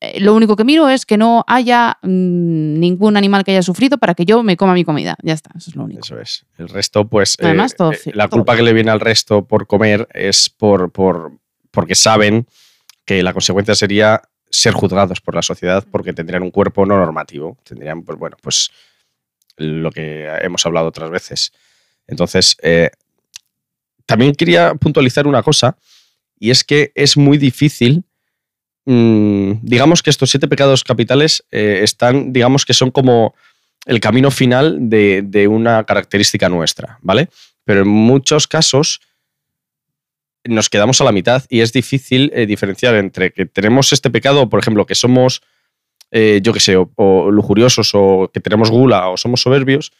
B: eh, lo único que miro es que no haya mm, ningún animal que haya sufrido para que yo me coma mi comida. Ya está, eso es lo único.
A: Eso es. El resto, pues. eh,
B: Además, todo
A: eh,
B: fi-
A: la
B: todo
A: culpa que le viene al resto por comer es por, por porque saben que la consecuencia sería ser juzgados por la sociedad porque tendrían un cuerpo no normativo. Tendrían, pues bueno, pues lo que hemos hablado otras veces. Entonces, eh, también quería puntualizar una cosa, y es que es muy difícil. mm, digamos que estos siete pecados capitales eh, están, digamos que son como el camino final de, de una característica nuestra, ¿vale? Pero en muchos casos nos quedamos a la mitad y es difícil eh, diferenciar entre que tenemos este pecado, por ejemplo, que somos, eh, yo qué sé, o, o lujuriosos o que tenemos gula o somos soberbios,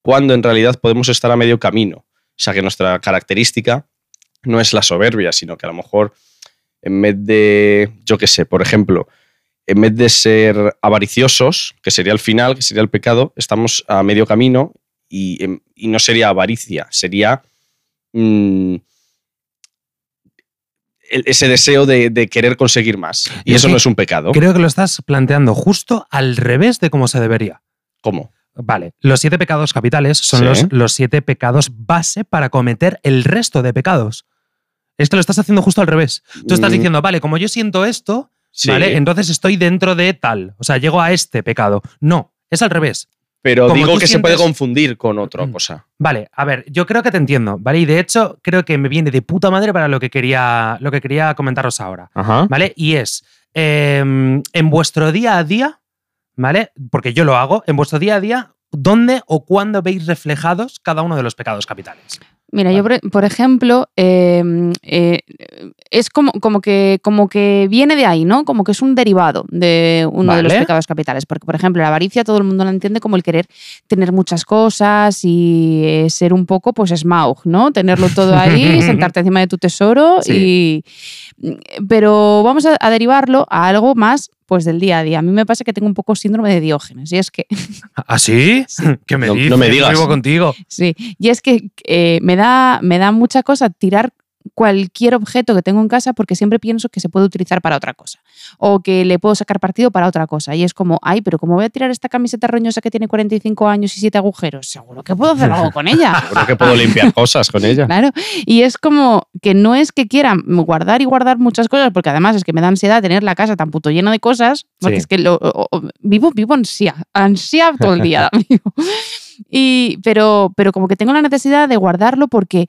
A: cuando en realidad podemos estar a medio camino. O sea, que nuestra característica no es la soberbia, sino que a lo mejor en vez de, yo qué sé, por ejemplo, en vez de ser avariciosos, que sería el final, que sería el pecado, estamos a medio camino y, em, y no sería avaricia, sería mm, el- ese deseo de, de querer conseguir más. Y
C: Yo
A: eso
C: sí
A: no es un pecado.
C: Creo que lo estás planteando justo al revés de cómo se debería.
A: ¿Cómo?
C: Vale, los siete pecados capitales son
A: Sí.
C: los, los siete pecados base para cometer el resto de pecados. Esto lo estás haciendo justo al revés. Tú estás
A: Mm,
C: diciendo, vale, como yo siento esto,
A: sí,
C: ¿vale? Entonces estoy dentro de tal. O sea, llego a este pecado. No, es al revés.
A: pero
C: como
A: digo
C: tú
A: que se puede
C: sientes-
A: confundir con otra
C: Mm.
A: cosa.
C: Vale, a ver, yo creo que te entiendo, ¿vale? Y de hecho, creo que me viene de puta madre para lo que quería, lo que quería comentaros ahora,
A: Ajá.
C: ¿vale? Y es, eh, en vuestro día a día, ¿vale? Porque yo lo hago, en vuestro día a día, ¿dónde o cuándo veis reflejados cada uno de los pecados capitales?
B: Mira, yo por, por ejemplo, eh, eh, es como, como, que, como que viene de ahí, ¿no? Como que es un derivado de uno de los
C: Vale.
B: pecados capitales. Porque, por ejemplo, la avaricia todo el mundo la entiende como el querer tener muchas cosas y eh, ser un poco, pues, smaug, ¿no? Tenerlo todo ahí, sentarte encima de tu tesoro y... Pero vamos a, a derivarlo a algo más, pues, del día a día. A mí me pasa que tengo un poco síndrome de Diógenes y es que
C: ¿Ah, sí? ¿Qué me
A: No- no
C: dices?
A: me digas.
C: vivo contigo.
B: Sí, y es que eh, me, da, me da mucha cosa tirar cualquier objeto que tengo en casa porque siempre pienso que se puede utilizar para otra cosa o que le puedo sacar partido para otra cosa. Y es como, ay, pero como voy a tirar esta camiseta roñosa que tiene 45 años y 7 agujeros, seguro que puedo hacer algo con ella.
A: Creo que puedo limpiar cosas con ella.
B: Claro, y es como que no es que quiera guardar y guardar muchas cosas, porque además es que me da ansiedad tener la casa tan puto llena de cosas, porque
C: Sí.
B: es que lo, o- o- vivo, vivo ansia, ansia todo el día, amigo. Y, pero, pero como que tengo la necesidad de guardarlo porque,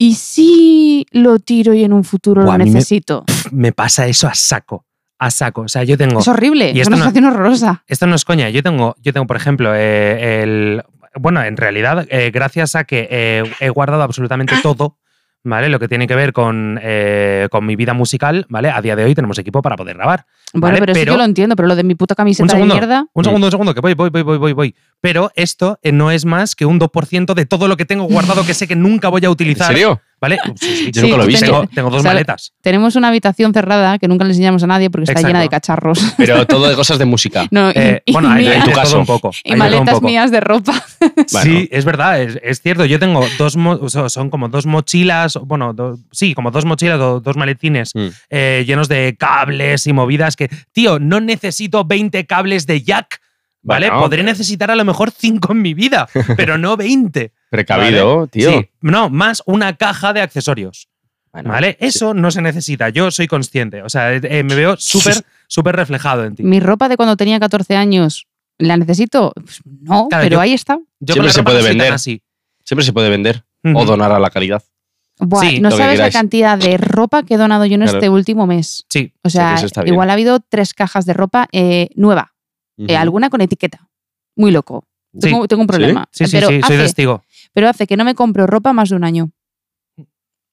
B: ¿y si lo tiro y en un futuro
C: Buah, a
B: lo
C: mí me-
B: necesito?
C: Me pasa eso a saco, a saco. O sea, yo tengo...
B: Es horrible,
C: Y
B: es
C: esto
B: una
C: no-
B: situación horrorosa.
C: Esto no es coña. Yo tengo, yo tengo por ejemplo, eh, el. Bueno, en realidad, eh, gracias a que eh, he guardado absolutamente
A: Ah.
C: todo, ¿vale? Lo que tiene que ver con, eh, con mi vida musical, ¿vale? A día de hoy tenemos equipo para poder grabar.
B: Bueno,
C: Vale,
B: pero, sí
C: pero-
B: que lo entiendo, pero lo de mi puta camiseta de
C: segundo.
B: mierda.
C: Un
A: Mm.
C: segundo, un segundo, que voy, voy, voy, voy, voy, voy. Pero esto eh, no es más que un 2% de todo lo que tengo guardado que sé que nunca voy a
A: ¿En
C: utilizar.
A: serio?
C: ¿vale? Sí, sí,
A: Yo nunca lo he
C: tengo-
A: visto.
C: Tengo, tengo dos
B: O sea,
C: maletas.
B: Tenemos una habitación cerrada que nunca le enseñamos a nadie porque está llena de
C: Exacto.
B: cacharros.
A: Pero todo de cosas de música.
B: No, y-
C: Eh,
B: y
C: bueno, hay,
B: mía-
A: en
C: tu
A: tu caso.
C: un poco. hay
B: y
C: de todo un
B: maletas
C: poco.
B: mías de ropa.
A: Bueno.
C: Sí, es verdad, es, es cierto. Yo tengo dos, mo- o sea, son como dos mochilas, bueno, do- sí, como dos mochilas, do- dos maletines
A: Mm.
C: eh, llenos de cables y movidas que, tío, no necesito 20 cables de jack, ¿vale?
A: Bueno,
C: Podré necesitar a lo mejor 5 en mi vida, pero no 20.
A: Precavido, tío.
C: Sí, no, más una caja de accesorios,
A: Bueno,
C: ¿vale? Eso no se necesita, yo soy consciente, o sea, eh, eh, me veo súper, súper reflejado en ti.
B: Mi ropa de cuando tenía 14 años, ¿la necesito? Pues no,
C: Claro,
B: pero
C: yo-
B: ahí está.
C: Yo
A: Siempre
C: con la
A: se
C: ropa
A: puede
C: no soy tan
A: vender.
C: así.
A: Siempre se puede vender
C: Ujú.
A: o donar a la caridad.
B: Buah,
C: Sí,
B: no
A: lo que
B: sabes la
A: queráis.
B: cantidad de ropa que he donado yo en
A: Claro.
B: este último mes.
C: Sí.
B: O sea,
A: que eso está bien.
B: igual ha habido tres cajas de ropa eh, nueva, eh,
A: Ujú.
B: alguna con etiqueta. Muy loco.
C: Sí.
B: Tengo, tengo un problema.
C: Sí, sí,
B: pero,
C: sí, soy
B: hace,
C: testigo.
B: pero hace que no me compro ropa más de un año.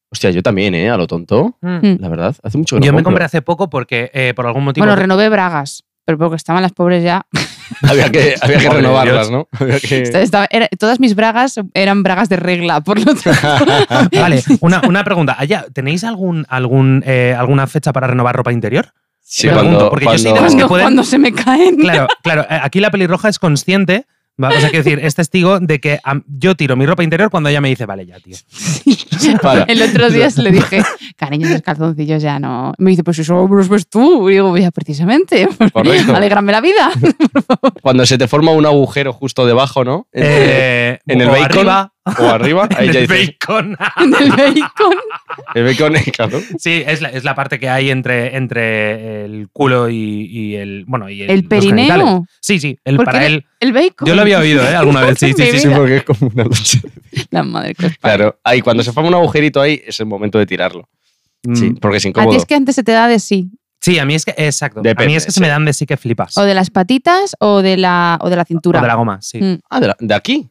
A: Hostia, yo también, ¿eh? A lo tonto.
B: Mm.
A: La verdad, hace mucho que no
C: Yo me
A: compro.
C: compré hace poco porque eh, por algún motivo.
B: Bueno, renové bragas, pero porque estaban las pobres ya.
A: Había que, había que
C: Madre de
A: renovarlas, ¿no? Había que-
B: Esta- esta- era- todas mis bragas eran bragas de regla, por lo tanto.
C: Vale, una, una pregunta. Allá, ¿Tenéis algún, algún, eh, alguna fecha para renovar ropa interior?
A: Sí,
C: Me pregunto, porque yo soy de las que
B: Cuando,
C: pueden-
B: cuando se me caen.
C: Claro, claro. eh, Aquí la pelirroja es consciente. va, O sea, quiero decir, es testigo de que am, yo tiro mi ropa interior cuando ella me dice, vale, ya, tío.
A: Para.
B: El otro día se le dije, cariño, esos calzoncillos ya no. Me dice, pues eso los ves tú. Y digo, ya, precisamente.
A: Correcto.
B: Alégrame la vida.
A: Cuando se te forma un agujero justo debajo, ¿no?
C: Eh,
A: en el
C: o
A: bacon,
C: arriba,
A: o arriba, ahí
C: en
A: ya
C: el
A: dices, "Eh,
C: bacon.
B: en el bacon.
A: el bacon, claro.
C: Sí, es la, es la parte que hay entre, entre el culo y, y el. Bueno, y el,
B: El
C: los genitales.
B: perineo.
C: Sí, sí, el
B: ¿Por
C: para
B: qué
C: él.
B: El bacon.
C: Yo lo había oído, ¿eh? Alguna vez. Sí, sí, sí.
B: Mi
C: sí.
B: vida.
A: porque es como una lucha.
B: La madre que os parió.
A: Claro, ahí cuando se forma un agujerito ahí es el momento de tirarlo. Sí,
C: Mm.
A: porque es
B: A ti
A: incómodo.
B: es que antes se te da de sí.
C: Sí, a mí es que. Exacto. a mí
A: Depende,
C: es que se
A: sí.
C: me dan de sí que flipas.
B: O de las patitas o de la, o de la cintura.
C: O de la goma, sí.
B: Mm.
A: Ah, de, la- de aquí.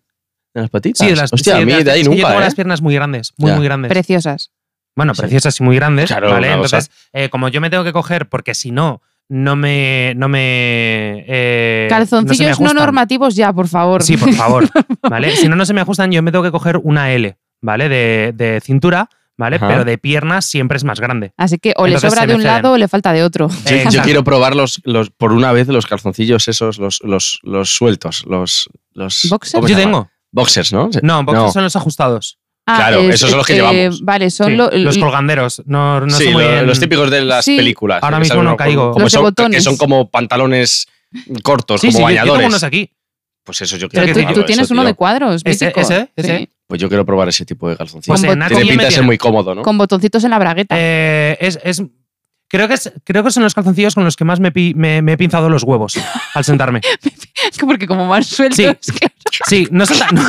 A: De las patitas.
C: Sí, de las
A: Hostia,
C: sí,
A: a
C: de
A: mí
C: las-
A: de ahí
C: es que yo tengo
A: nunca, ¿eh?
C: las piernas muy grandes, muy,
A: Ya.
C: muy grandes.
B: Preciosas.
C: bueno,
A: Sí.
C: preciosas y muy grandes.
A: Claro,
C: ¿vale?
A: una cosa.
C: Entonces, eh, como yo me tengo que coger, porque si no, no me. No me eh, no, se me
B: Calzoncillos no,
C: ajustan.
B: normativos ya, por favor.
C: Sí, por favor. ¿Vale? Si no, no se me ajustan, yo me tengo que coger una L, ¿vale? De, de cintura, ¿vale?
A: Ajá.
C: Pero de piernas siempre es más grande. Eh,
B: Así que o
C: Entonces
B: le sobra
C: se
B: de un
C: mezclan.
B: lado o le falta de otro.
A: Yo- Yo,
C: Exacto.
A: quiero probar los, los, por una vez los calzoncillos esos, los, los, los sueltos, los... los
B: ¿Boxers?
A: ¿cómo se
C: Yo
A: llama?
C: tengo.
A: Boxers, ¿no?
C: No, boxers
A: No.
C: son los ajustados.
B: Ah,
A: Claro, esos son los que llevamos.
B: Vale, son
C: Sí,
B: lo-
C: los colganderos. No, no
A: sí,
C: sé muy
A: lo-
C: bien-
A: los típicos de las
B: Sí.
A: películas.
C: Ahora
A: que
C: mismo
A: salen
C: no
A: como-
C: caigo.
A: Como
B: Los de
A: son,
B: botones.
A: Que son como pantalones cortos,
C: Sí, sí,
A: como
C: yo- yo tengo
A: bañadores.
C: unos aquí.
A: Pues eso yo quiero
B: Pero tú,
A: probar.
B: tú
A: eso,
B: tienes uno
A: tío.
B: de cuadros,
C: Ese-
B: mítico.
C: ese, ese.
B: Sí.
A: Pues yo quiero probar ese tipo de
C: Pues
A: calzoncillos.
B: Con
C: en Naco
A: Tiene
C: bien me
A: pinta de ser
C: tiene.
A: muy cómodo, ¿no?
B: Con botoncitos en la bragueta.
C: Eh, es, es- creo, que es- creo que son los calzoncillos con los que más me, pi- me- me he pinzado los huevos al sentarme.
B: Porque como más suelto.
C: Sí.
B: es que-
C: Sí, no son tan- no-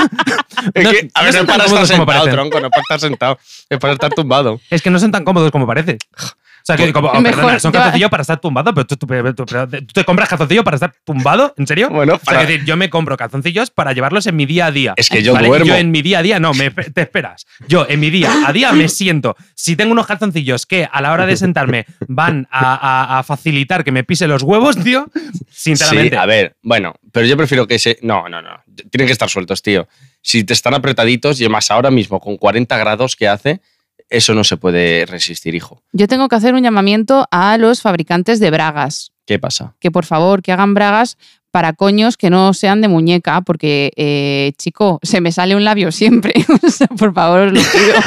A: Es
C: no-
A: que, a
C: no
A: ver, es para
C: son tan
A: estar
C: cómodos como
A: sentado,
C: parecen.
A: tronco, no es para estar sentado, es para estar tumbado.
C: Es que no son tan cómodos como parece. O
A: Pues
C: sea, que como, oh,
B: Mejor
C: perdona, son
B: lleva-
C: calzoncillos para estar tumbado, pero tú, tú- pero tú- pero tú te compras calzoncillos para estar tumbado, ¿en serio?
A: Bueno,
C: O sea,
A: para-
C: es decir, yo me compro calzoncillos para llevarlos en mi día a día.
A: Es que yo
C: ¿vale?
A: duermo.
C: Yo en mi día a día, no, me- te esperas. Yo en mi día a día me siento. Si tengo unos calzoncillos que a la hora de sentarme van a, a- a facilitar que me pise los huevos, tío,
A: Sí,
C: sinceramente.
A: a ver, bueno, pero yo prefiero que se... No, no, no, tienen que estar sueltos, tío. Si te están apretaditos, y más ahora mismo, con 40 grados que hace, eso no se puede resistir, hijo.
B: Yo tengo que hacer un llamamiento a los fabricantes de bragas.
A: ¿Qué pasa?
B: Que por favor, que hagan bragas para coños que no sean de muñeca, porque, eh, chico, se me sale un labio siempre. O sea, por favor, os lo pido.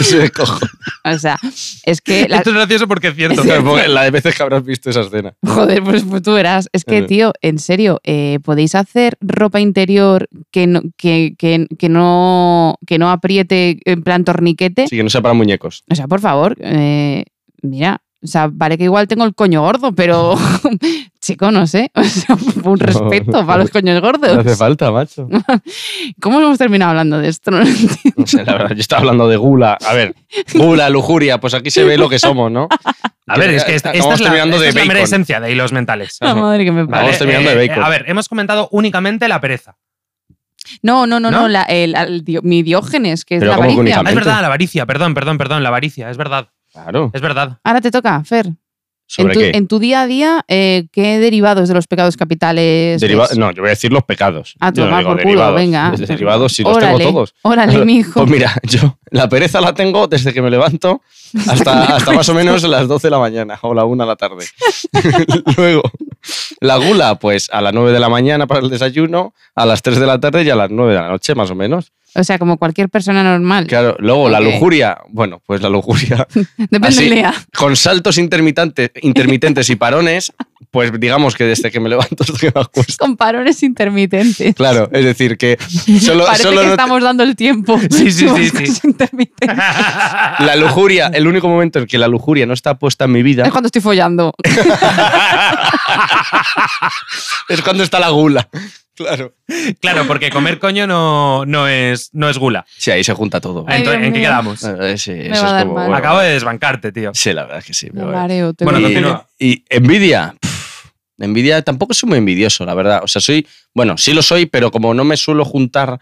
A: Se me cojo.
B: O sea, es que... Eh, la-
C: Esto es gracioso porque es cierto.
A: La de veces que habrás visto esa escena.
B: Joder, pues, pues tú verás. Es que,
A: Claro.
B: tío, en serio, eh, podéis hacer ropa interior que no, que, que- que no, que no apriete en plan torniquete.
A: Sí, que no sea para muñecos.
B: O sea, por favor, eh, mira, o sea, vale que igual tengo el coño gordo, pero chico, no sé. O sea, un respeto para los coños gordos.
A: falta, macho.
B: ¿Cómo hemos terminado hablando de esto? No lo entiendo.
A: No sé, la verdad, yo estaba hablando de gula. A ver, gula, lujuria, pues aquí se ve lo que somos, ¿no?
C: A ver, es que esta, esta
A: Acabamos
C: es la,
A: terminando
C: esta
A: de
C: es la mera
A: bacon.
C: esencia de hilos mentales. eh,
B: La madre que me parió.
A: Vamos terminando de bacon.
C: A ver, hemos comentado únicamente la pereza.
B: No, no, no, no,
C: ¿No?
B: la- el- el dio- mi diógenes, que es
A: Pero
B: la
A: ¿cómo que
B: avaricia.
C: Ah, es
A: únicamente?
C: verdad, la avaricia, perdón, perdón, perdón, la avaricia, es verdad,
A: Claro.
C: es verdad.
B: Ahora te toca, Fer. En
A: ¿Sobre
B: tu,
A: qué?
B: en tu día a día, eh, ¿qué derivados de los pecados capitales?
A: Deriva-
B: ves?
A: no, yo voy a decir los pecados.
C: Ah,
B: A
A: Yo no
B: tomar
A: digo
B: por culo,
A: derivados.
B: venga.
A: Derivados sí los
B: Órale,
A: tengo todos.
B: Órale, mijo.
A: Pues mira, yo la pereza la tengo desde que me levanto hasta, hasta más o menos las 12 de la mañana o la 1 de la tarde. Luego, la gula, pues a las 9 de la mañana para el desayuno, a las 3 de la tarde y a las 9 de la noche, más o menos.
B: O sea, como cualquier persona normal.
A: Claro, luego la
B: Ok.
A: lujuria, bueno, pues la lujuria
B: Depende
A: así.
B: del día.
A: con saltos intermitentes, intermitentes y parones, pues digamos que desde que me levanto hasta que me acuesto.
B: Con parones intermitentes.
A: Claro, es decir, que solo,
B: Parece
A: solo
B: que
A: no te-
B: estamos dando el tiempo.
C: Sí, sí,
B: Son
C: sí,
B: cosas
C: sí.
B: intermitentes.
A: la lujuria, el único momento en que la lujuria no está puesta en mi vida
B: Es cuando estoy follando.
A: es cuando está la gula. Claro.
C: Claro, porque comer coño no, no, es, no es gula.
A: Sí, ahí se junta todo.
B: Ay,
C: Entonces,
B: Dios
C: ¿En qué
B: mío.
C: quedamos?
A: Eh, sí, eso
B: va
A: es
B: a dar
A: como,
B: mal.
A: bueno,
C: Acabo de desbancarte, tío.
A: Sí, la verdad es que sí.
B: Me
A: pero bueno.
B: mareo, te
C: Bueno,
B: voy a-
C: continúa.
A: Y, y envidia. pf, envidia, tampoco soy muy envidioso, la verdad. O sea, soy, bueno, sí lo soy, pero como no me suelo juntar,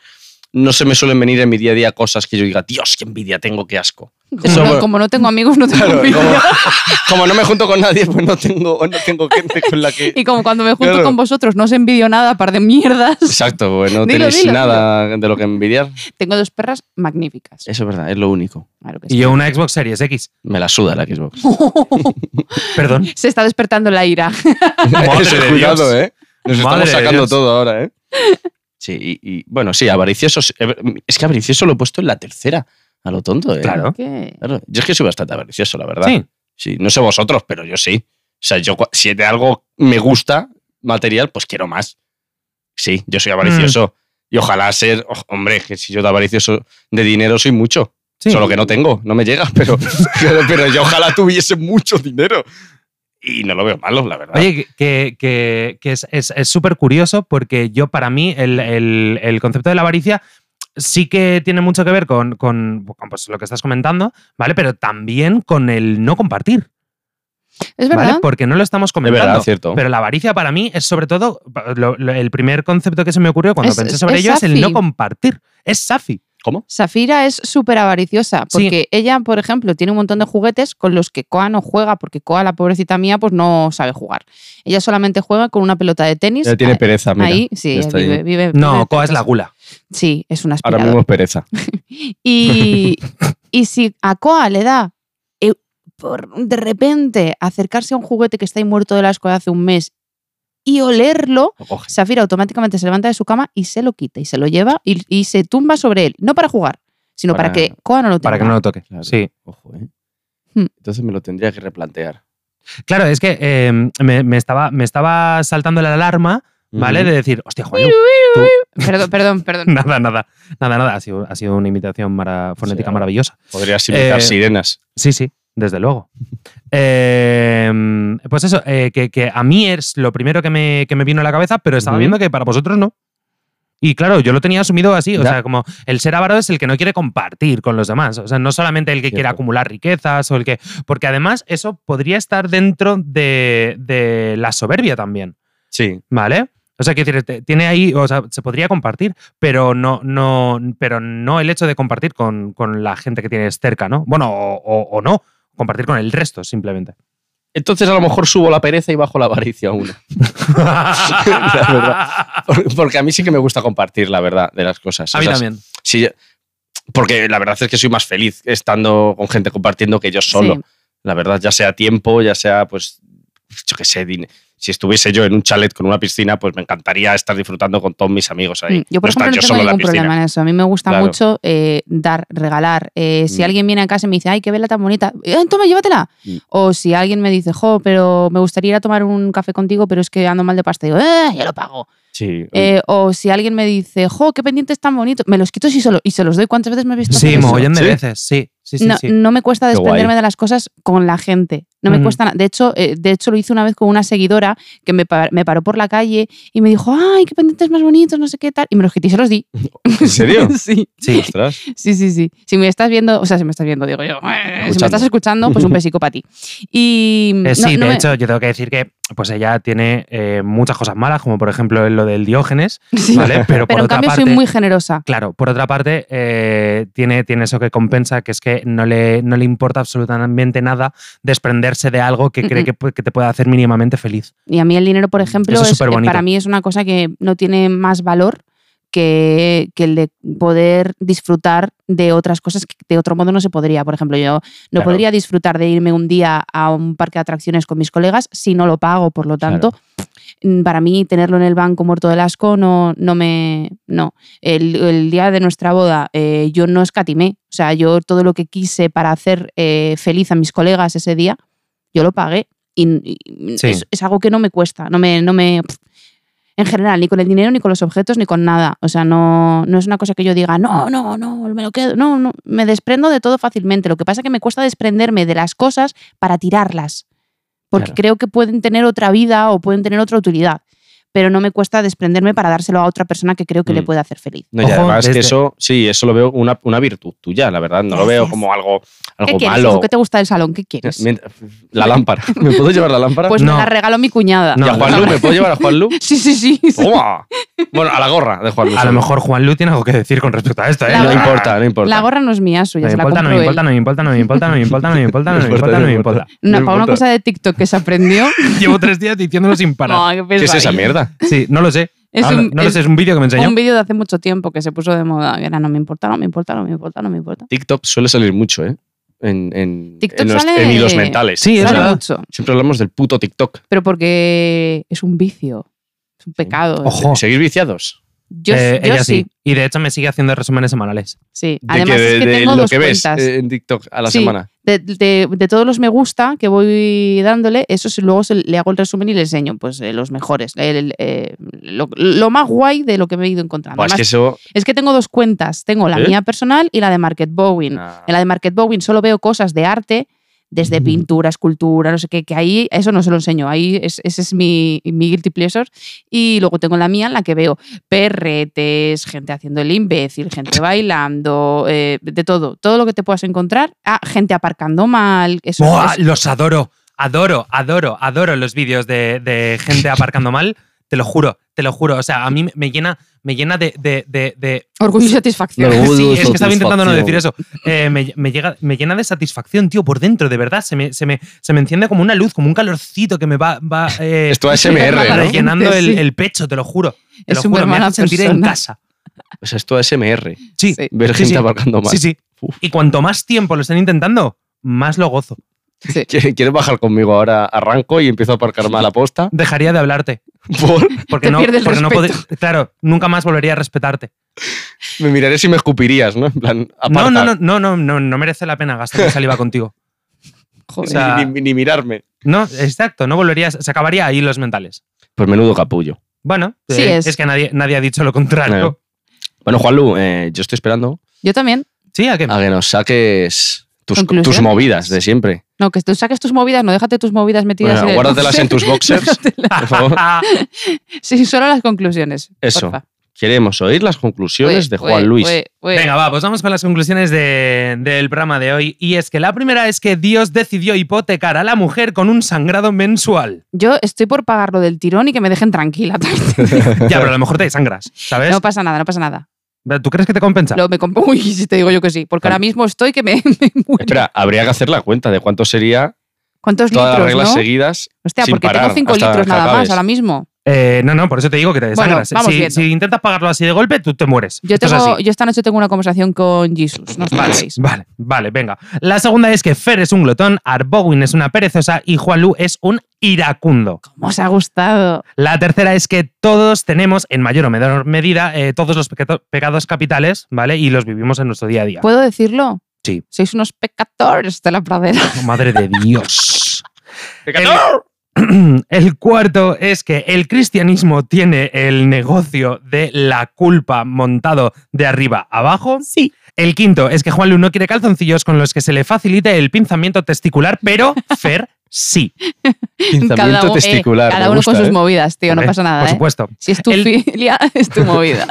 A: no se me suelen venir en mi día a día cosas que yo diga, Dios, qué envidia tengo, qué asco.
B: Como,
A: Eso,
B: no-
A: bueno.
B: como no tengo amigos, no tengo
A: Claro,
B: envidia.
A: como, como no me junto con nadie, pues no tengo, no tengo gente con la que.
B: Y como cuando me junto
A: Claro.
B: con vosotros no os envidio nada, par de mierdas.
A: Exacto, pues no
B: Dilo,
A: tenéis
B: dilo,
A: nada de lo que envidiar.
B: Tengo dos perras magníficas.
A: Eso es verdad, es lo único.
B: Claro que
C: Y
B: sí.
C: yo una Xbox Series X.
A: Me la suda la Xbox.
C: Perdón.
B: Se está despertando la ira.
C: Madre
A: Eso,
C: de
A: cuidado,
C: Dios.
A: ¿eh? Nos
C: Madre
A: estamos
C: de
A: sacando
C: Dios.
A: todo ahora, ¿eh? Sí, y, y, bueno, sí, avaricioso. eh, Es que avaricioso lo he puesto en la tercera, a lo tonto, ¿eh?
C: Claro.
B: ¿Qué?
A: Claro, Yo es que soy bastante avaricioso, la verdad.
C: Sí.
A: Sí, no sé vosotros, pero yo sí. O sea, yo cua- si de algo me gusta material, pues quiero más. Sí, yo soy avaricioso.
C: Mm.
A: Y ojalá ser, oh, hombre, que si yo de avaricioso de dinero soy mucho.
C: sí.
A: Solo que no tengo, no me llega, pero, pero, pero yo ojalá tuviese mucho dinero. Y no lo veo malo, la verdad.
C: Oye, que, que- que es súper curioso porque yo, para mí, el, el- el concepto de la avaricia sí que tiene mucho que ver con, con, con, pues, lo que estás comentando, ¿vale? Pero también con el no compartir,
B: Es
C: ¿vale?
B: verdad.
A: pues-
C: Porque no lo estamos
A: es
C: comentando.
A: verdad, cierto.
C: Pero la avaricia para mí es sobre todo, lo- lo- el primer concepto que se me ocurrió cuando
B: Es-
C: pensé
B: es-
C: sobre
B: es
C: ello es el
B: Safi.
C: no compartir. Es Safi.
A: ¿Cómo?
B: Safira es súper avariciosa
C: Sí.
B: porque ella, por ejemplo, tiene un montón de juguetes con los que Koa no juega porque Koa, la pobrecita mía, pues no sabe jugar. Ella solamente juega con una pelota de tenis.
A: Ya tiene
B: Ah,
A: pereza, mira.
B: Ahí, sí,
A: Ya
B: ella
A: está ahí.
B: vive, vive- vive
C: No, Coa es
B: pereza.
C: la gula.
B: Sí, es una
A: Ahora
B: aspiradora.
A: mismo es pereza.
B: Y, y si a Koa le da eh, por de repente acercarse a un juguete que está ahí muerto del asco de hace un mes y olerlo,
A: Lo coge.
B: Safira automáticamente se levanta de su cama y se lo quita y se lo lleva y, y se tumba sobre él. No para jugar, sino
A: Para-
B: para, que Koa no lo tenga.
C: Para que no lo toque.
A: Claro,
C: Sí.
A: Ojo, ¿eh?
B: Hmm.
A: Entonces me lo tendría que replantear.
C: Claro, es que eh, me, me estaba, me estaba saltando la alarma, ¿vale?
A: Ujú.
C: De decir, hostia, Juan,
B: Perdón, perdón, perdón.
C: Nada, nada, nada, nada. Ha sido, ha sido una imitación mara- fonética
A: Sí,
C: maravillosa.
A: Podrías imitar
C: Eh,
A: sirenas.
C: Sí, sí, desde luego. Eh, pues eso, eh, que, que a mí es lo primero que me, que me vino a la cabeza, pero estaba
A: Ujú.
C: viendo que para vosotros no. Y claro, yo lo tenía asumido así, o
A: Ya.
C: sea, como el ser avaro es el que no quiere compartir con los demás, o sea, no solamente el que quiere
A: Cierto.
C: acumular riquezas o el que... Porque además eso podría estar dentro de, de la soberbia también.
A: Sí.
C: ¿Vale? O sea, que decir, te- tiene ahí, o sea, se podría compartir, pero no, no, pero no el hecho de compartir con, con la gente que tienes cerca, ¿no? Bueno, o, o- o no, compartir con el resto, simplemente.
A: Entonces a lo mejor subo la pereza y bajo la avaricia aún. verdad. Por- Porque a mí sí que me gusta compartir la verdad de las cosas.
C: A mí
A: O sea,
C: también.
A: sí, porque la verdad es que soy más feliz estando con gente compartiendo que yo solo.
B: Sí.
A: La verdad, ya sea tiempo, ya sea, pues, yo qué sé, din- si estuviese yo en un chalet con una piscina, pues me encantaría estar disfrutando con todos mis amigos ahí.
B: Mm, Yo, por
A: no estar yo
B: ejemplo, no tengo
A: solo en la
B: ningún
A: piscina.
B: problema ¿eh? en eso. A mí me gusta
A: Claro.
B: mucho eh, dar, regalar. Eh, si
A: Mm.
B: alguien viene a casa y me dice, ay, qué vela tan bonita, eh, toma, llévatela.
A: Mm.
B: O si alguien me dice, jo, pero me gustaría ir a tomar un café contigo, pero es que ando mal de pasta, digo, eh, ya lo pago.
A: Sí.
B: Eh, o si alguien me dice, jo, qué pendientes tan bonitos, me los quito y se, lo- y se los doy. ¿Cuántas veces me has visto? hacer
C: Sí,
B: eso?
C: mogollón de
A: ¿Sí?
C: veces, sí, sí, sí.
B: no,
C: sí.
B: no me cuesta
A: Qué guay.
B: desprenderme de las cosas con la gente. No me
C: Ujú.
B: cuesta nada. De hecho, eh, de hecho, lo hice una vez con una seguidora que me, pa- me paró por la calle y me dijo, ay, qué pendientes más bonitos, no sé qué tal. Y me los quité y se los di.
A: ¿En serio?
B: sí,
C: Sí.
A: Ostras.
B: sí, sí, sí. Si me estás viendo, o sea, si me estás viendo, digo yo, si
A: Escuchando.
B: me estás escuchando, pues un besico para ti. Y
C: Eh, sí,
B: no- no
C: de
B: me-
C: hecho, yo tengo que decir que pues ella tiene eh, muchas cosas malas, como por ejemplo lo del Diógenes,
B: sí.
C: ¿vale? Pero, por
B: Pero en
C: otra
B: cambio
C: parte,
B: soy muy generosa.
C: Claro, por otra parte, eh, tiene, tiene eso que compensa, que es que no le, no le importa absolutamente nada desprenderse de algo que cree
B: Mm-mm.
C: que, pu- que te puede hacer mínimamente feliz.
B: Y a mí el dinero, por ejemplo,
C: Mm, Eso es
B: es- eh,
C: superbonito.
B: para mí es una cosa que no tiene más valor que, que el de poder disfrutar de otras cosas que de otro modo no se podría. Por ejemplo, yo no
A: Claro.
B: podría disfrutar de irme un día a un parque de atracciones con mis colegas si no lo pago. Por lo tanto, mm, para mí tenerlo en el banco muerto del asco no, no me... No. El, el día de nuestra boda eh, yo no escatimé. O sea, yo todo lo que quise para hacer eh, feliz a mis colegas ese día, yo lo pagué. Y, y-
C: Sí.
B: es, es algo que no me cuesta, no me, no me... En general, ni con el dinero, ni con los objetos, ni con nada. O sea, no, no es una cosa que yo diga, no, no, no, me lo quedo. No, no, me desprendo de todo fácilmente. Lo que pasa es que me cuesta desprenderme de las cosas para tirarlas. Porque
A: Claro.
B: creo que pueden tener otra vida o pueden tener otra utilidad. pero no me cuesta desprenderme para dárselo a otra persona que creo que le
A: Mm.
B: puede hacer feliz.
A: No, y
C: Ojo,
A: además que
C: desde-
A: eso, sí, eso lo veo una, una virtud tuya, la verdad. No lo veo
B: Gracias.
A: como algo,
B: ¿Qué
A: algo
B: quieres?
A: malo.
B: Ojo, ¿Qué te gusta del salón? ¿Qué quieres?
A: Mient- La lámpara. ¿Me puedo llevar la lámpara?
B: Pues me
C: No.
B: la regaló mi cuñada.
A: ¿Y
C: No,
A: a Juan Oh, Lu? ¿Me puedo llevar a Juan Lu?
B: Sí, sí, sí.
A: ¡Toma! Bueno, a la gorra de Juan Lu.
C: A lo
A: solo.
C: mejor Juan Lu tiene algo que decir con respecto a esto, ¿eh?
B: La
A: No
B: gorra-
A: importa, no importa.
B: La gorra no es mía, suya.
C: No me
B: se la
C: importa, no
B: compró
C: me
B: él.
C: importa, no me importa, no me importa, no me importa, no me importa, no me importa, no me importa.
B: Una, para una
A: importa.
B: cosa de TikTok que se aprendió.
C: Llevo tres días diciéndolo sin parar.
B: No, qué
A: ¿Qué es esa
B: pesadilla.
A: mierda?
C: Sí, no lo sé.
B: Es
C: Habla-
B: un-
C: Ah, no lo
B: es
C: sé, es un vídeo que me enseñó.
B: Un vídeo de hace mucho tiempo que se puso de moda. que Era, no me importa, no me importa, no me importa, no me importa.
A: TikTok suele salir mucho, ¿eh? En, en,
B: TikTok
A: en los-
B: sale-
A: en hilos mentales.
C: Sí, es
A: O sea,
B: Sale
C: verdad.
B: mucho.
A: Siempre hablamos del puto TikTok.
B: Pero porque es un vicio. Es un pecado.
C: Ojo.
A: ¿Seguís viciados?
B: Yo,
C: Eh,
B: yo
C: ella
B: sí.
C: sí. Y de hecho me sigue haciendo resúmenes semanales.
B: sí.
A: De
B: Además,
A: que-
B: es que
A: de
B: tengo
A: lo
B: dos
A: que ves
B: cuentas.
A: eh, en TikTok a la
B: Sí.
A: semana.
B: de, de- de todos los me gusta que voy dándole, eso sí, luego se- le hago el resumen y le enseño pues eh, los mejores, el- el, eh, lo, lo más guay de lo que me he ido encontrando.
A: Buah, es que
B: Además,
A: eso.
B: es que tengo dos cuentas, tengo la
A: ¿Eh?
B: mía personal y la de Market Bowen.
A: Ah.
B: En la de Market Bowen solo veo cosas de arte, desde
C: Ujú.
B: pintura, escultura, no sé qué, que ahí eso no se lo enseño, ahí es- ese es mi, mi guilty pleasure. Y luego tengo la mía en la que veo perretes, gente haciendo el imbécil, gente bailando, eh, de todo, todo lo que te puedas encontrar. Ah, gente aparcando mal, eso,
C: ¡Buah!
B: eso-
C: Los adoro. Adoro, adoro, adoro los vídeos de, de gente aparcando mal. Te lo juro, te lo juro. O sea, a mí me- me llena, me llena de- de- de- de,
B: orgullo y satisfacción.
A: No,
C: Sí,
A: Orgullo y
C: es que estaba intentando no
A: satisfacción.
C: decir eso. Eh, me, me llega, me llena de satisfacción, tío, por dentro, de verdad. Se me, se me, se me enciende como una luz, como un calorcito que me va, va eh,
A: Esto es ASMR,
C: para
A: ¿no?
C: llenando el,
B: Sí.
C: el pecho, te lo juro. Te
B: Es
C: lo juro, me
B: supermana
C: hace sentir en
B: persona.
C: casa.
A: O sea, esto es ASMR.
C: Sí,
B: Sí.
A: Ver
C: Sí,
A: gente
C: sí.
A: aparcando mal.
C: sí, sí.
A: Uf.
C: Y cuanto más tiempo lo estén intentando, más lo gozo.
B: Sí.
A: ¿Quieres quieres bajar conmigo ahora? Arranco y empiezo a aparcar mal a posta.
C: Dejaría de hablarte.
A: Por-
C: Porque
B: Te
C: no,
B: pierde el
C: porque no
B: respeto.
C: podré- Claro, nunca más volvería a respetarte.
A: Me miraré si me escupirías, ¿no? En plan, aparta.
C: No, no, no, no, no, no, no merece la pena gastar saliva contigo.
B: Joder.
C: O sea,
A: Ni- ni- ni mirarme.
C: No, exacto, no volverías. Se acabaría ahí los mentales.
A: Pues menudo capullo.
C: Bueno,
B: Sí
C: eh,
B: es.
C: que nadie, nadie ha dicho lo contrario.
A: No. Bueno, Juanlu, eh, yo estoy esperando
B: Yo también.
C: Sí, ¿a qué?
A: a que nos saques tus,
B: ¿Conclusión?
A: tus movidas de siempre.
B: No, que tú saques tus movidas, no déjate tus movidas metidas
A: Bueno,
B: en el
A: guárdatelas en tus boxers,
B: Déjatelas.
A: por favor.
B: Sí, solo las conclusiones.
A: Eso.
B: porfa.
A: Queremos oír las conclusiones
B: Oye,
A: de Juan
B: oye,
A: Luis.
B: oye, oye.
C: Venga, va, pues vamos con las conclusiones de- del programa de hoy. Y es que la primera es que Dios decidió hipotecar a la mujer con un sangrado mensual.
B: Yo estoy por pagarlo del tirón y que me dejen tranquila. también te digo.
C: Ya, pero a lo mejor te sangras, ¿sabes?
B: no pasa nada, no pasa nada.
C: ¿Tú crees que te compensa?
B: Lo, me comp- Uy, si te digo yo que sí, porque
A: Vale.
B: ahora mismo estoy que me, me muero.
A: Espera, habría que hacer la cuenta de cuánto sería
B: ¿Cuántos
A: todas las
B: litros,
A: reglas
B: no?
A: seguidas.
B: Hostia,
A: sin
B: porque
A: parar
B: tengo 5
A: hasta
B: litros
A: que
B: nada
A: acabes.
B: más ahora mismo.
C: Eh, no, no, por eso te digo que te desangras.
B: vamos
C: si,
B: viendo.
C: si intentas pagarlo así de golpe, tú te mueres.
B: Yo,
C: Esto es
B: tengo,
C: así.
B: yo esta noche tengo una conversación con Jesus, no os preocupéis.
C: Vale, vale, venga. La segunda es que Fer es un glotón, Arbowin es una perezosa y Juanlu es un iracundo.
B: ¿Cómo os ha gustado?
C: La tercera es que todos tenemos, en mayor o menor medida, eh, todos los pecato- pecados capitales, ¿vale? Y los vivimos en nuestro día a día.
B: ¿Puedo decirlo?
C: Sí.
B: Sois unos pecadores de la pradera.
C: Madre de Dios.
A: ¡Pecador!
C: El cuarto es que el cristianismo tiene el negocio de la culpa montado de arriba abajo.
B: Sí.
C: El quinto es que Juan Lu no quiere calzoncillos con los que se le facilite el pinzamiento testicular, pero Fer sí.
A: Pinzamiento
B: uno- eh,
A: testicular.
B: cada
A: me
B: uno
A: gusta,
B: con sus
A: ¿eh?
B: movidas, tío, no
C: Hombre,
B: pasa nada.
C: Por
B: ¿eh?
C: supuesto.
B: Si es tu
C: El-
B: filia, es tu movida.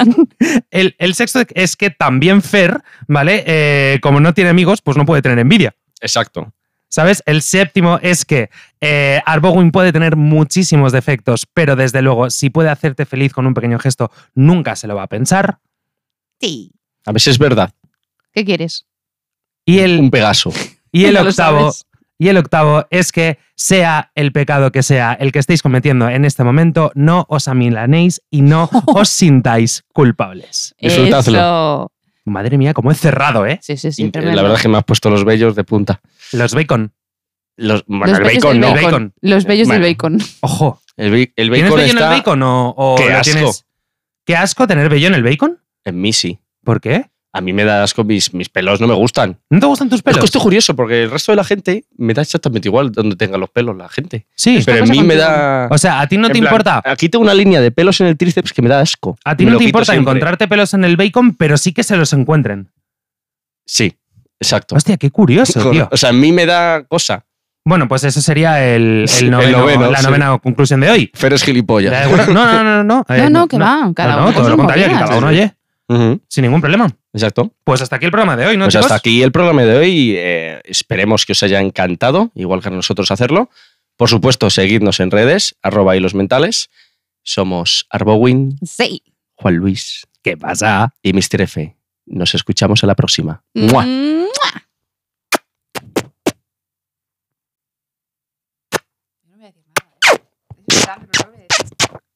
C: El, el sexto es que también Fer, ¿vale? Eh, como no tiene amigos, pues no puede tener envidia.
A: Exacto.
C: ¿Sabes? El séptimo es que eh, Arbogwin puede tener muchísimos defectos, pero desde luego, si puede hacerte feliz con un pequeño gesto, nunca se lo va a pensar.
B: Sí.
A: A veces es verdad.
B: ¿Qué quieres?
C: Y el,
A: Un Pegaso.
C: y el
B: Ya lo
C: octavo.
B: sabes.
C: Y el octavo es que sea el pecado que sea el que estéis cometiendo en este momento, no os amilanéis y no os sintáis culpables.
A: Disfrutadlo.
B: Eso.
C: Madre mía, cómo he cerrado, ¿eh?
B: Sí, sí, sí.
A: Y, eh,
B: tremendo.
A: la verdad es que me has puesto los vellos de punta.
C: Los bacon.
A: Los,
B: Los
A: bueno, el
B: bellos
A: bacon
B: del
A: no.
C: bacon.
B: Los bellos
A: Bueno.
B: del bacon.
C: Ojo.
A: El, bi- el
C: ¿Tienes
A: bacon
C: vello en
A: está
C: el bacon o, o
A: Qué
C: lo
A: asco.
C: tienes? Qué asco tener vello en el bacon.
A: en mí, sí.
C: ¿Por qué?
A: A mí me da asco, mis, mis pelos no me gustan.
C: ¿No te gustan tus
A: Es
C: pelos?
A: que esto es curioso, porque el resto de la gente me da exactamente igual donde tenga los pelos la gente.
C: Sí.
A: Pero en
B: pasa
A: mí me
B: contigo.
A: da.
C: O sea, a ti no
A: en
C: te
A: plan,
C: importa.
A: Aquí tengo una línea de pelos en el tríceps que me da asco.
C: A ti
A: Me
C: no
A: lo
C: te
A: quito
C: importa
A: siempre.
C: encontrarte pelos en el bacon, pero sí que se los encuentren.
A: Sí, exacto.
C: Hostia, qué curioso, tío.
A: O sea, a mí me da cosa.
C: Bueno, pues ese sería el, el
A: Sí, el
C: noveno-
A: noveno,
C: la
A: sí.
C: novena conclusión de hoy.
A: Fer es
C: Da
A: gilipollas.
C: igual. No, no, no, no. No,
B: No,
C: eh,
B: no, que va, cada
C: no,
B: uno con
C: todo lo
B: sus
C: contrario, que
B: movidas.
C: cada uno oye,
A: Ujú,
C: sin ningún problema.
A: Exacto.
C: Pues hasta aquí el programa de hoy, ¿no,
A: Pues
C: chicos?
A: hasta aquí el programa de hoy. eh, esperemos que os haya encantado, igual que a nosotros hacerlo. Por supuesto, seguidnos en redes, arroba hilos mentales. Somos Arbowin,
B: Sí.
A: Juan Luis
C: ¿Qué pasa?
A: y Mr. F. Nos escuchamos a la próxima. ¡Mua!
B: Mm. No voy a decir nada, ¿eh? Es tan-